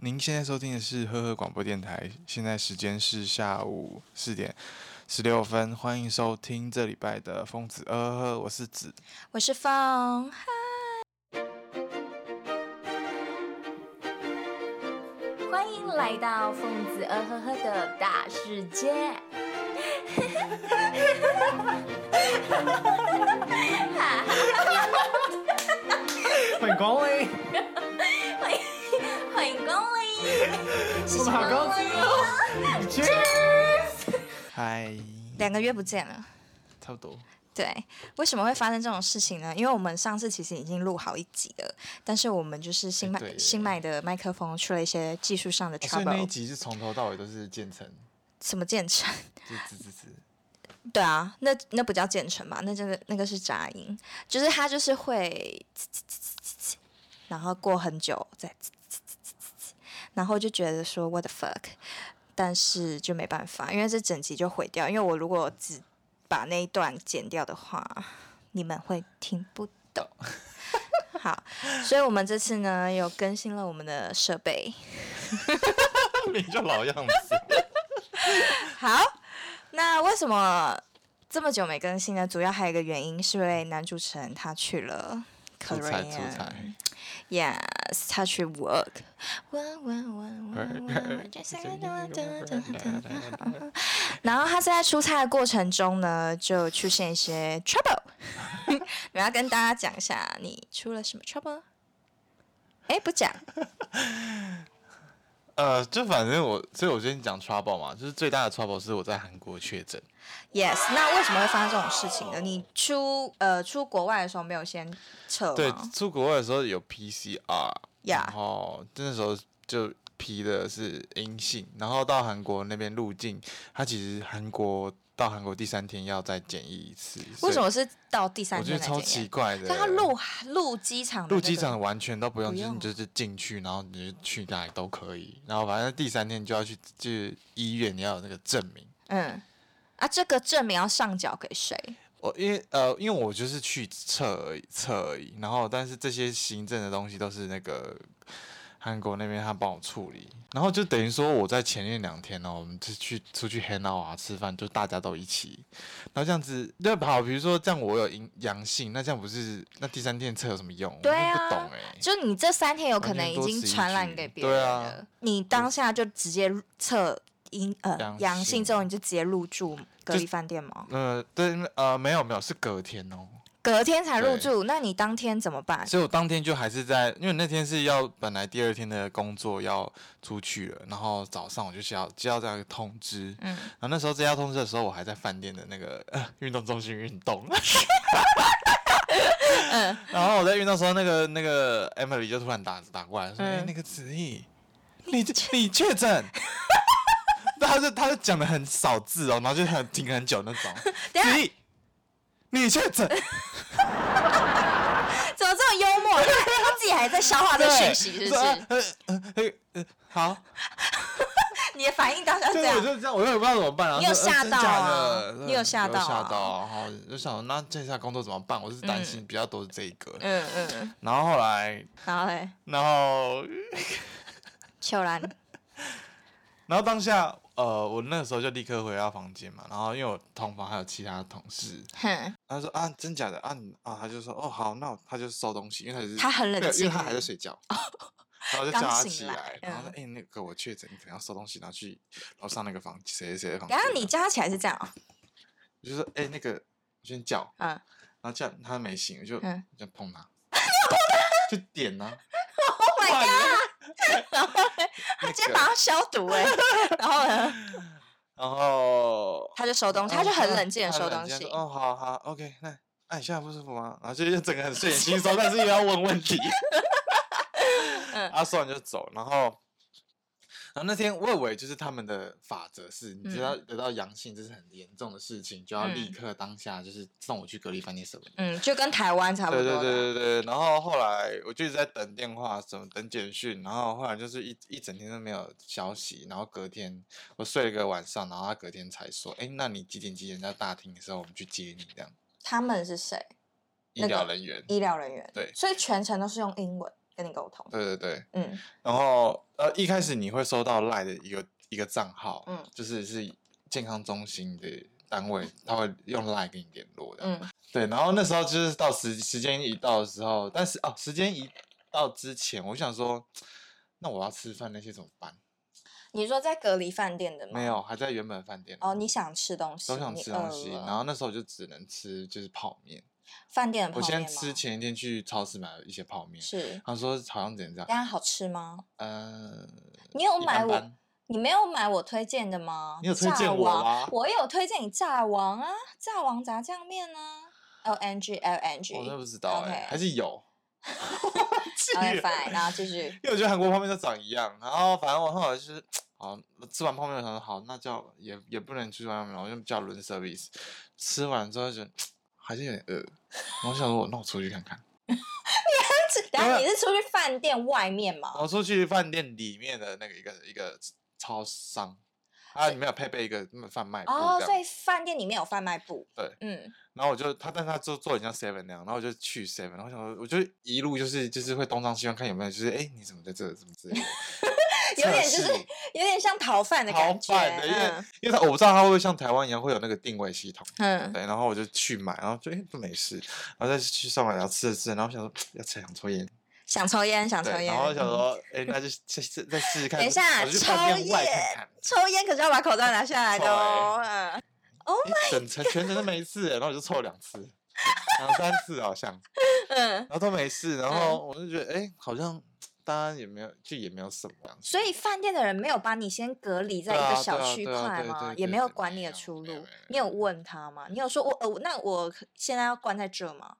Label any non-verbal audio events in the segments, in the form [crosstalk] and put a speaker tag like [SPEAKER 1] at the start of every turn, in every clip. [SPEAKER 1] 您现在收听的是呵呵广播电台，现在时间是下午四点十六分，欢迎收听这礼拜的疯子呃呵，我是子。
[SPEAKER 2] 我是风，嗨，欢迎来到疯子呃呵呵的大世界。
[SPEAKER 3] 欢迎光临，
[SPEAKER 2] 欢迎欢迎光临，谢谢
[SPEAKER 3] 我们好
[SPEAKER 2] 光
[SPEAKER 3] 高级
[SPEAKER 2] 临。
[SPEAKER 3] 哦！c h
[SPEAKER 1] 嗨，
[SPEAKER 2] 两个月不见了，
[SPEAKER 1] 差不多。哦
[SPEAKER 2] 对，为什么会发生这种事情呢？因为我们上次其实已经录好一集了，但是我们就是新
[SPEAKER 1] 哎
[SPEAKER 2] 买、
[SPEAKER 1] 对耶
[SPEAKER 2] 新买的麦克风出了一些技术上的
[SPEAKER 1] 所以那一
[SPEAKER 2] trouble，、
[SPEAKER 1] 集是从头到尾都是渐层，
[SPEAKER 2] 什么建成？
[SPEAKER 1] 就滋滋 [laughs] 滋。
[SPEAKER 2] 对啊，那那不叫渐层吧？那真的那个是杂音，就是它就是会呲呲呲呲呲呲，然后过很久再呲呲呲呲呲呲然后就觉得说 what the fuck，但是就没办法，因为这整集就毁掉，因为我如果只把那一段剪掉的话，你们会听不懂。 [laughs] 好，所以我们这次呢有更新了我们的设备。
[SPEAKER 1] 明明就老样子。
[SPEAKER 2] 好，那为什么这么久没更新呢？主要还有一个原因是因为男主持人他去了
[SPEAKER 1] [laughs] 出差出
[SPEAKER 2] Korea
[SPEAKER 1] 差。
[SPEAKER 2] ，Yes，他去 work。然后他是在出差的过程中呢，就出现一些 trouble。我要跟大家讲一下，你出了什么 trouble？哎，不讲，
[SPEAKER 1] 呃，就反正我，所以我最近讲 trouble 嘛，就是最大的 trouble 是我在韩国确诊。
[SPEAKER 2] Yes，那为什么会发生这种事情呢？你出呃出国外的时候没有先测
[SPEAKER 1] 对
[SPEAKER 2] 吗？，
[SPEAKER 1] 出国外的时候有 PCR，
[SPEAKER 2] 呀
[SPEAKER 1] 然后那时候就 P 的是阴性，然后到韩国那边入境，他其实韩国到韩国第三天要再检疫一次，所
[SPEAKER 2] 为
[SPEAKER 1] 以
[SPEAKER 2] 什么是到第三
[SPEAKER 1] 我觉
[SPEAKER 2] 天
[SPEAKER 1] 得
[SPEAKER 2] 才
[SPEAKER 1] 超
[SPEAKER 2] 检
[SPEAKER 1] 奇
[SPEAKER 2] 验？
[SPEAKER 1] 怪的。
[SPEAKER 2] 所以他入入机场的
[SPEAKER 1] 入
[SPEAKER 2] 那
[SPEAKER 1] 机
[SPEAKER 2] 个
[SPEAKER 1] 场完全都不用，
[SPEAKER 2] 不
[SPEAKER 1] 就是你
[SPEAKER 2] 用
[SPEAKER 1] 就是进去，然后你就去哪里都可以，然后反正第三天你就要去去医院，你要有那个证明。
[SPEAKER 2] 嗯啊，这个证明要上缴给谁？
[SPEAKER 1] 我因为呃，因为我就是去测而已，测而已。然后，但是这些行政的东西都是那个韩国那边他帮我处理。然后就等于说我在前面两天呢、我们就去出去 hang out 啊，吃饭，就大家都一起。然后这样子，那好，比如说这样我有阴阳性，那这样不是那第三天测有什么用？
[SPEAKER 2] 对
[SPEAKER 1] 我
[SPEAKER 2] 啊
[SPEAKER 1] 就不懂哎、
[SPEAKER 2] 就你这三天有可能
[SPEAKER 1] 完全
[SPEAKER 2] 已
[SPEAKER 1] 多
[SPEAKER 2] 经
[SPEAKER 1] 此一
[SPEAKER 2] 传染
[SPEAKER 1] 举
[SPEAKER 2] 给别
[SPEAKER 1] 对
[SPEAKER 2] 人
[SPEAKER 1] 啊
[SPEAKER 2] 了，你当下就直接测阴呃
[SPEAKER 1] 阳
[SPEAKER 2] 阳
[SPEAKER 1] 性
[SPEAKER 2] 性之后，你就直接入住隔
[SPEAKER 1] 就
[SPEAKER 2] 离饭店吗？
[SPEAKER 1] 呃，对，呃，没有没有，是隔天哦。
[SPEAKER 2] 隔天才入
[SPEAKER 1] 对
[SPEAKER 2] 住，那你当天怎么办？
[SPEAKER 1] 所以我当天就还是在，因为那天是要本来第二天的工作要出去了，然后早上我就接到接到这样一个通知，
[SPEAKER 2] 嗯，
[SPEAKER 1] 然后那时候接到通知的时候，我还在饭店的那个、呃运动中心运
[SPEAKER 2] [laughs]
[SPEAKER 1] 动。
[SPEAKER 2] 嗯
[SPEAKER 1] [laughs] 然后我在运动的时候，那个那个 Emily 就突然打打过来说：“哎、
[SPEAKER 2] 嗯
[SPEAKER 1] 那个子毅，你你确
[SPEAKER 2] [laughs]
[SPEAKER 1] 诊。”他就他就讲的很少字哦，然后就很停很久那种。
[SPEAKER 2] [laughs] 等一下
[SPEAKER 1] 子毅，你确诊。
[SPEAKER 2] 怎么这么幽
[SPEAKER 1] [laughs]
[SPEAKER 2] 默？他他自己还在消化这个讯息，是不是？
[SPEAKER 1] 呃呃
[SPEAKER 2] 哎
[SPEAKER 1] 呃呃，好，
[SPEAKER 2] 你的反应当下是
[SPEAKER 1] 就
[SPEAKER 2] 这
[SPEAKER 1] 我
[SPEAKER 2] 样，
[SPEAKER 1] 就这样，我也不知道怎么办啊。
[SPEAKER 2] 你有
[SPEAKER 1] 说呃
[SPEAKER 2] 吓
[SPEAKER 1] 真假
[SPEAKER 2] 到啊
[SPEAKER 1] 的呃
[SPEAKER 2] 你有吓
[SPEAKER 1] 有
[SPEAKER 2] 到
[SPEAKER 1] 吓
[SPEAKER 2] 啊
[SPEAKER 1] 到啊，然后就想说那这下工作怎么办？我是担心比较多是这一个。
[SPEAKER 2] 嗯嗯嗯，
[SPEAKER 1] 然后后来，
[SPEAKER 2] 然后嘞，
[SPEAKER 1] 然后
[SPEAKER 2] 秋兰，
[SPEAKER 1] 然后当下，呃，我那个时候就立刻回到房间嘛。然后因为我同房还有其他同事，
[SPEAKER 2] 哼，
[SPEAKER 1] 他说啊，真假的啊你啊，他就说哦好，那我他就收东西，因为他只是
[SPEAKER 2] 他很冷
[SPEAKER 1] 没有因
[SPEAKER 2] 静
[SPEAKER 1] 为他还在睡觉。 [laughs] 然后就叫
[SPEAKER 2] 刚
[SPEAKER 1] 他
[SPEAKER 2] 醒
[SPEAKER 1] 起
[SPEAKER 2] 来嗯
[SPEAKER 1] 来，然后说：“哎、那个我确诊，你可能要收东西，然后去楼上那个房谁谁谁的房间啊。”
[SPEAKER 2] 然后你叫他起来是这样哦，
[SPEAKER 1] 我就说：“哎、那个我先叫。”
[SPEAKER 2] 嗯，
[SPEAKER 1] 然后这样他没醒，我就
[SPEAKER 2] 嗯
[SPEAKER 1] 就碰
[SPEAKER 2] [laughs]
[SPEAKER 1] 他， [laughs] 就点呐、啊。
[SPEAKER 2] Oh my
[SPEAKER 1] [laughs]
[SPEAKER 2] god！
[SPEAKER 1] 那
[SPEAKER 2] 他直接
[SPEAKER 1] 个
[SPEAKER 2] 把它消毒
[SPEAKER 1] [laughs]
[SPEAKER 2] 哎、然后呢，
[SPEAKER 1] 然后
[SPEAKER 2] 他就收东
[SPEAKER 1] 嗯
[SPEAKER 2] 西，他就很冷静的
[SPEAKER 1] 他
[SPEAKER 2] 收
[SPEAKER 1] 很
[SPEAKER 2] 东
[SPEAKER 1] 冷静
[SPEAKER 2] 西
[SPEAKER 1] 地。说哦，好好，OK，那哎，你现在不舒服吗？然后就就整个很睡眼惺
[SPEAKER 2] [laughs]
[SPEAKER 1] 忪，但是又要问问题。
[SPEAKER 2] 嗯
[SPEAKER 1] 啊，说完就走，然后。然后那天我以为就是他们的法则是，你只要得到阳性，这是很严重的事情，就要立
[SPEAKER 2] 嗯
[SPEAKER 1] 刻当下就是送我去隔离饭店什么的。
[SPEAKER 2] 嗯，就跟台湾差不
[SPEAKER 1] 对对
[SPEAKER 2] 多的。
[SPEAKER 1] 对对对，然后后来我就一直在等电话，什么等简讯，然后后来就是一一整天都没有消息，然后隔天我睡了一个晚上，然后他隔天才说，哎，那你几点几点在大厅的时候我们去接你这样，
[SPEAKER 2] 他们是谁？
[SPEAKER 1] 医
[SPEAKER 2] 那
[SPEAKER 1] 疗
[SPEAKER 2] 个
[SPEAKER 1] 人员，
[SPEAKER 2] 医疗人员。
[SPEAKER 1] 对
[SPEAKER 2] 所以全程都是用英文。跟你沟通。
[SPEAKER 1] 对啊对对，
[SPEAKER 2] 嗯
[SPEAKER 1] 然后呃一开始你会收到赖的一个一个账号，
[SPEAKER 2] 嗯
[SPEAKER 1] 就是是健康中心的单位，他会用赖跟你联络的。
[SPEAKER 2] 嗯
[SPEAKER 1] 对，然后那时候就是到时时间一到的时候，但是哦，时间一到之前，我想说，那我要吃饭那些怎么办？
[SPEAKER 2] 你说在隔离饭店的吗？
[SPEAKER 1] 没。有，还在原本饭店。
[SPEAKER 2] 哦，你想吃东西，
[SPEAKER 1] 都想
[SPEAKER 2] 你
[SPEAKER 1] 吃
[SPEAKER 2] 饿
[SPEAKER 1] 东西，
[SPEAKER 2] 了
[SPEAKER 1] 然后那时候我就只能吃就是泡面。
[SPEAKER 2] 饭店的
[SPEAKER 1] 我
[SPEAKER 2] 泡
[SPEAKER 1] 先
[SPEAKER 2] 面吗
[SPEAKER 1] 吃前一天去超市买了一些泡面，
[SPEAKER 2] 是，
[SPEAKER 1] 他说好像只能这样。
[SPEAKER 2] 大家好吃吗？
[SPEAKER 1] 呃，
[SPEAKER 2] 你有
[SPEAKER 1] 一
[SPEAKER 2] 买
[SPEAKER 1] 般
[SPEAKER 2] 我
[SPEAKER 1] 般
[SPEAKER 2] 你没有买我推荐的吗？
[SPEAKER 1] 你有推荐
[SPEAKER 2] 炸
[SPEAKER 1] 我
[SPEAKER 2] 王
[SPEAKER 1] 吗
[SPEAKER 2] 我有推荐你炸王啊，炸王炸酱面啊，L N G L N G，
[SPEAKER 1] 我真的不知道哎、
[SPEAKER 2] OK
[SPEAKER 1] 还是
[SPEAKER 2] [laughs]
[SPEAKER 1] 有。气
[SPEAKER 2] OK
[SPEAKER 1] 人
[SPEAKER 2] fine，然后继续
[SPEAKER 1] 因为我觉得韩国泡面都长一样，然后反正我后来就是好吃完泡面，我想说好，那叫也也不能去外面，我就叫轮 service。吃完之后就觉得还是有点饿，然后我想说我那我出去看看。 [laughs]
[SPEAKER 2] 是等
[SPEAKER 1] 没有
[SPEAKER 2] 下你是出去饭店外面吗？
[SPEAKER 1] 我出去饭店里面的那个一个一个超商，它里面有配备一个贩卖部
[SPEAKER 2] 哦，
[SPEAKER 1] 嗯这
[SPEAKER 2] 所
[SPEAKER 1] 样。
[SPEAKER 2] 以饭店里面有贩卖部。
[SPEAKER 1] 对，
[SPEAKER 2] 嗯，，
[SPEAKER 1] 然后我就他，但是他就做得很像 seven 那样，然后我就去 seven，然后我想说，我就一路就是就是会东张西望看有没有，就是哎、诶你怎么在这怎么之类的
[SPEAKER 2] [laughs] 有点就
[SPEAKER 1] 测
[SPEAKER 2] 是
[SPEAKER 1] 试
[SPEAKER 2] 有点像逃犯的
[SPEAKER 1] 好
[SPEAKER 2] 感觉。
[SPEAKER 1] 反的，因为
[SPEAKER 2] 嗯
[SPEAKER 1] 因为他我不知道他会不会像台湾一样会有那个定位系统，
[SPEAKER 2] 嗯，
[SPEAKER 1] 对，然后我就去买，然后就哎、诶都没事，然后再去上网聊吃了吃了，然后想说要吃想抽烟，
[SPEAKER 2] 想抽烟，想抽
[SPEAKER 1] 对，
[SPEAKER 2] 烟。
[SPEAKER 1] 然后想
[SPEAKER 2] 嗯
[SPEAKER 1] 说哎、诶那就再再再试试看，
[SPEAKER 2] 等一下
[SPEAKER 1] 我就去
[SPEAKER 2] 抽
[SPEAKER 1] 饭店外看
[SPEAKER 2] 烟
[SPEAKER 1] 看。
[SPEAKER 2] 抽烟可是要把口罩拿下来的哦。嗯，
[SPEAKER 1] 哎一整层全程都没事，然后我就抽了两次，两三次好像，
[SPEAKER 2] 嗯，
[SPEAKER 1] 然后都没事，然后我就觉得哎、好像大家也没有，就也没有什么样子。
[SPEAKER 2] 所以饭店的人没有把你先隔离在
[SPEAKER 1] 对
[SPEAKER 2] 一
[SPEAKER 1] 啊
[SPEAKER 2] 个
[SPEAKER 1] 对
[SPEAKER 2] 小
[SPEAKER 1] 啊
[SPEAKER 2] 区
[SPEAKER 1] 对啊
[SPEAKER 2] 块
[SPEAKER 1] 对
[SPEAKER 2] 吗
[SPEAKER 1] 对？
[SPEAKER 2] 也
[SPEAKER 1] 对
[SPEAKER 2] 没有
[SPEAKER 1] 对啊
[SPEAKER 2] 管
[SPEAKER 1] 没
[SPEAKER 2] 你的
[SPEAKER 1] 有
[SPEAKER 2] 出
[SPEAKER 1] 没有没
[SPEAKER 2] 路
[SPEAKER 1] 有。
[SPEAKER 2] 你有问他吗？你有说我呃，那我可现在要关在这吗？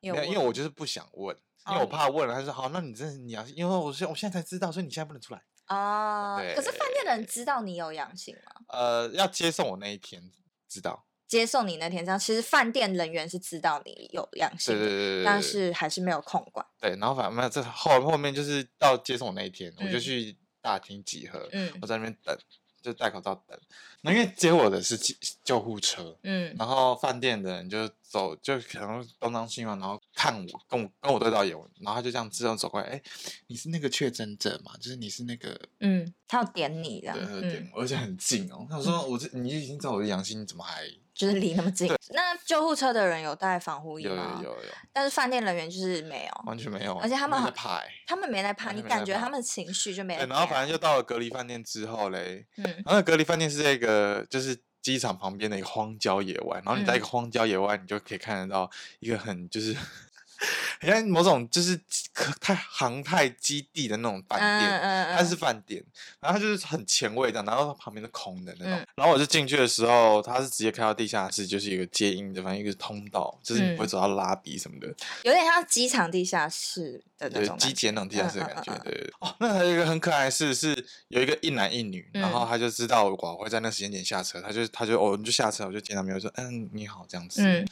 [SPEAKER 2] 你有
[SPEAKER 1] 没有，
[SPEAKER 2] 问？
[SPEAKER 1] 因为我就是不想问，因为
[SPEAKER 2] 哦
[SPEAKER 1] 我怕问了，他说好，那你真的你要，因为我现我现在才知道，所以你现在不能出来。
[SPEAKER 2] 啊，可是饭店的人
[SPEAKER 1] 对
[SPEAKER 2] 知道你有阳性吗？
[SPEAKER 1] 呃，要接送我那一天知道，
[SPEAKER 2] 接送你那天这样，其实饭店人员是知道你有阳性
[SPEAKER 1] 对对
[SPEAKER 2] 的，
[SPEAKER 1] 对对，
[SPEAKER 2] 但
[SPEAKER 1] 对
[SPEAKER 2] 是还是没有空管。
[SPEAKER 1] 对，然后反正这后后面就是到接送我那一天，我就
[SPEAKER 2] 嗯
[SPEAKER 1] 去大厅集合，
[SPEAKER 2] 嗯
[SPEAKER 1] 我在那边等，就戴口罩等。那因为接我的是救救护车，
[SPEAKER 2] 嗯
[SPEAKER 1] 然后饭店的人就走，就可能东张西望，然后看我，跟我跟我对到眼，然后他就这样自动走过来，哎，你是那个确诊者嘛？就是你是那个
[SPEAKER 2] 嗯，他要点你这样，
[SPEAKER 1] 对，他就
[SPEAKER 2] 嗯
[SPEAKER 1] 点，我，而且很近哦。他说我这你已经知道我的阳性，你怎么还
[SPEAKER 2] 就是离那么近。那救护车的人有带防护衣
[SPEAKER 1] 有有
[SPEAKER 2] 吗？
[SPEAKER 1] 有有
[SPEAKER 2] 但是饭店人员就是没有，
[SPEAKER 1] 完全没有啊？
[SPEAKER 2] 哦而且他们好
[SPEAKER 1] 在拍，
[SPEAKER 2] 他们没在怕，
[SPEAKER 1] 完
[SPEAKER 2] 你
[SPEAKER 1] 全没在
[SPEAKER 2] 感觉
[SPEAKER 1] 怕
[SPEAKER 2] 他们情绪就没
[SPEAKER 1] 对，
[SPEAKER 2] 在
[SPEAKER 1] 然后
[SPEAKER 2] care
[SPEAKER 1] 反正就到了隔离饭店之后嘞，
[SPEAKER 2] 啊嗯
[SPEAKER 1] 然后隔离饭店是在一个就是机场旁边的一个荒郊野外，然后你在一
[SPEAKER 2] 嗯
[SPEAKER 1] 个荒郊野外，你就可以看得到一个很就是 [laughs] 很像某种就是可太航太基地的那种饭店，
[SPEAKER 2] 嗯
[SPEAKER 1] 它是饭店，然后它就是很前卫这样，然后它旁边是空的那种。
[SPEAKER 2] 嗯
[SPEAKER 1] 然后我就进去的时候，它是直接开到地下室，就是一个接应的，反正一个通道，就是你不会
[SPEAKER 2] 嗯
[SPEAKER 1] 走到拉比什么的，
[SPEAKER 2] 有点像机场地下室的
[SPEAKER 1] 就
[SPEAKER 2] 那
[SPEAKER 1] 是
[SPEAKER 2] 种感
[SPEAKER 1] 机
[SPEAKER 2] 觉。
[SPEAKER 1] 姐那种地下室的
[SPEAKER 2] 嗯嗯
[SPEAKER 1] 感觉。
[SPEAKER 2] 嗯嗯
[SPEAKER 1] 对对对。哦，那还有一个很可爱的事是，有一个一男一女，然后
[SPEAKER 2] 嗯
[SPEAKER 1] 他就知道我会在那时间点下车，他就他就哦，我们就下车，我就见到没有说嗯你好这样子。哎
[SPEAKER 2] 嗯，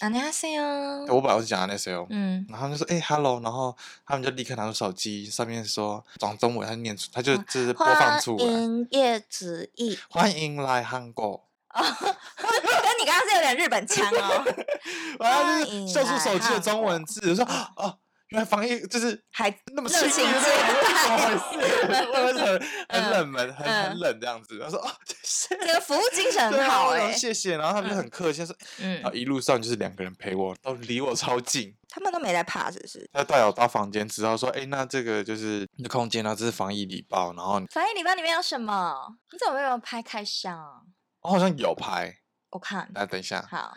[SPEAKER 2] 안녕하세요。
[SPEAKER 1] 我本来是讲那谁哦。
[SPEAKER 2] 嗯，
[SPEAKER 1] 然后他们就说：“哎、h e l l o 然后他们就立刻拿出手机，上面说讲中文，他就念出，他就就是播放
[SPEAKER 2] 欢
[SPEAKER 1] 出来，
[SPEAKER 2] 迎叶子毅。 [laughs]
[SPEAKER 1] 欢迎来韩国。 [laughs]
[SPEAKER 2] 跟你刚刚是有点日本腔哦，
[SPEAKER 1] 然后就
[SPEAKER 2] 欢
[SPEAKER 1] 是秀
[SPEAKER 2] 迎
[SPEAKER 1] 出
[SPEAKER 2] 来
[SPEAKER 1] 手机的
[SPEAKER 2] 韩
[SPEAKER 1] 中
[SPEAKER 2] 国
[SPEAKER 1] 文字，我说哦，原来防疫就是
[SPEAKER 2] 还
[SPEAKER 1] 那么
[SPEAKER 2] 热
[SPEAKER 1] 亲
[SPEAKER 2] 情
[SPEAKER 1] 密
[SPEAKER 2] 接待
[SPEAKER 1] 怎么回事？ [laughs] 为什么
[SPEAKER 2] [laughs] 嗯
[SPEAKER 1] 很冷门，很
[SPEAKER 2] 嗯
[SPEAKER 1] 很冷这样子？他说哦，谢
[SPEAKER 2] 这个服务精神
[SPEAKER 1] 对
[SPEAKER 2] 很
[SPEAKER 1] 啊
[SPEAKER 2] 好
[SPEAKER 1] 我说
[SPEAKER 2] 哎、
[SPEAKER 1] 谢谢。然后他们就
[SPEAKER 2] 嗯
[SPEAKER 1] 很客气说，
[SPEAKER 2] 嗯
[SPEAKER 1] 然后，一路上就是两个人陪我，都离我超近。
[SPEAKER 2] 他们都没在怕，是不是？
[SPEAKER 1] 他带我到房间，知道说，哎，那这个就是你的空间啊，这是防疫礼包。然后
[SPEAKER 2] 防疫礼包里面有什么？你怎么没有拍开箱啊？
[SPEAKER 1] 我哦好像有拍，
[SPEAKER 2] 我看
[SPEAKER 1] 大家等一下。
[SPEAKER 2] 好，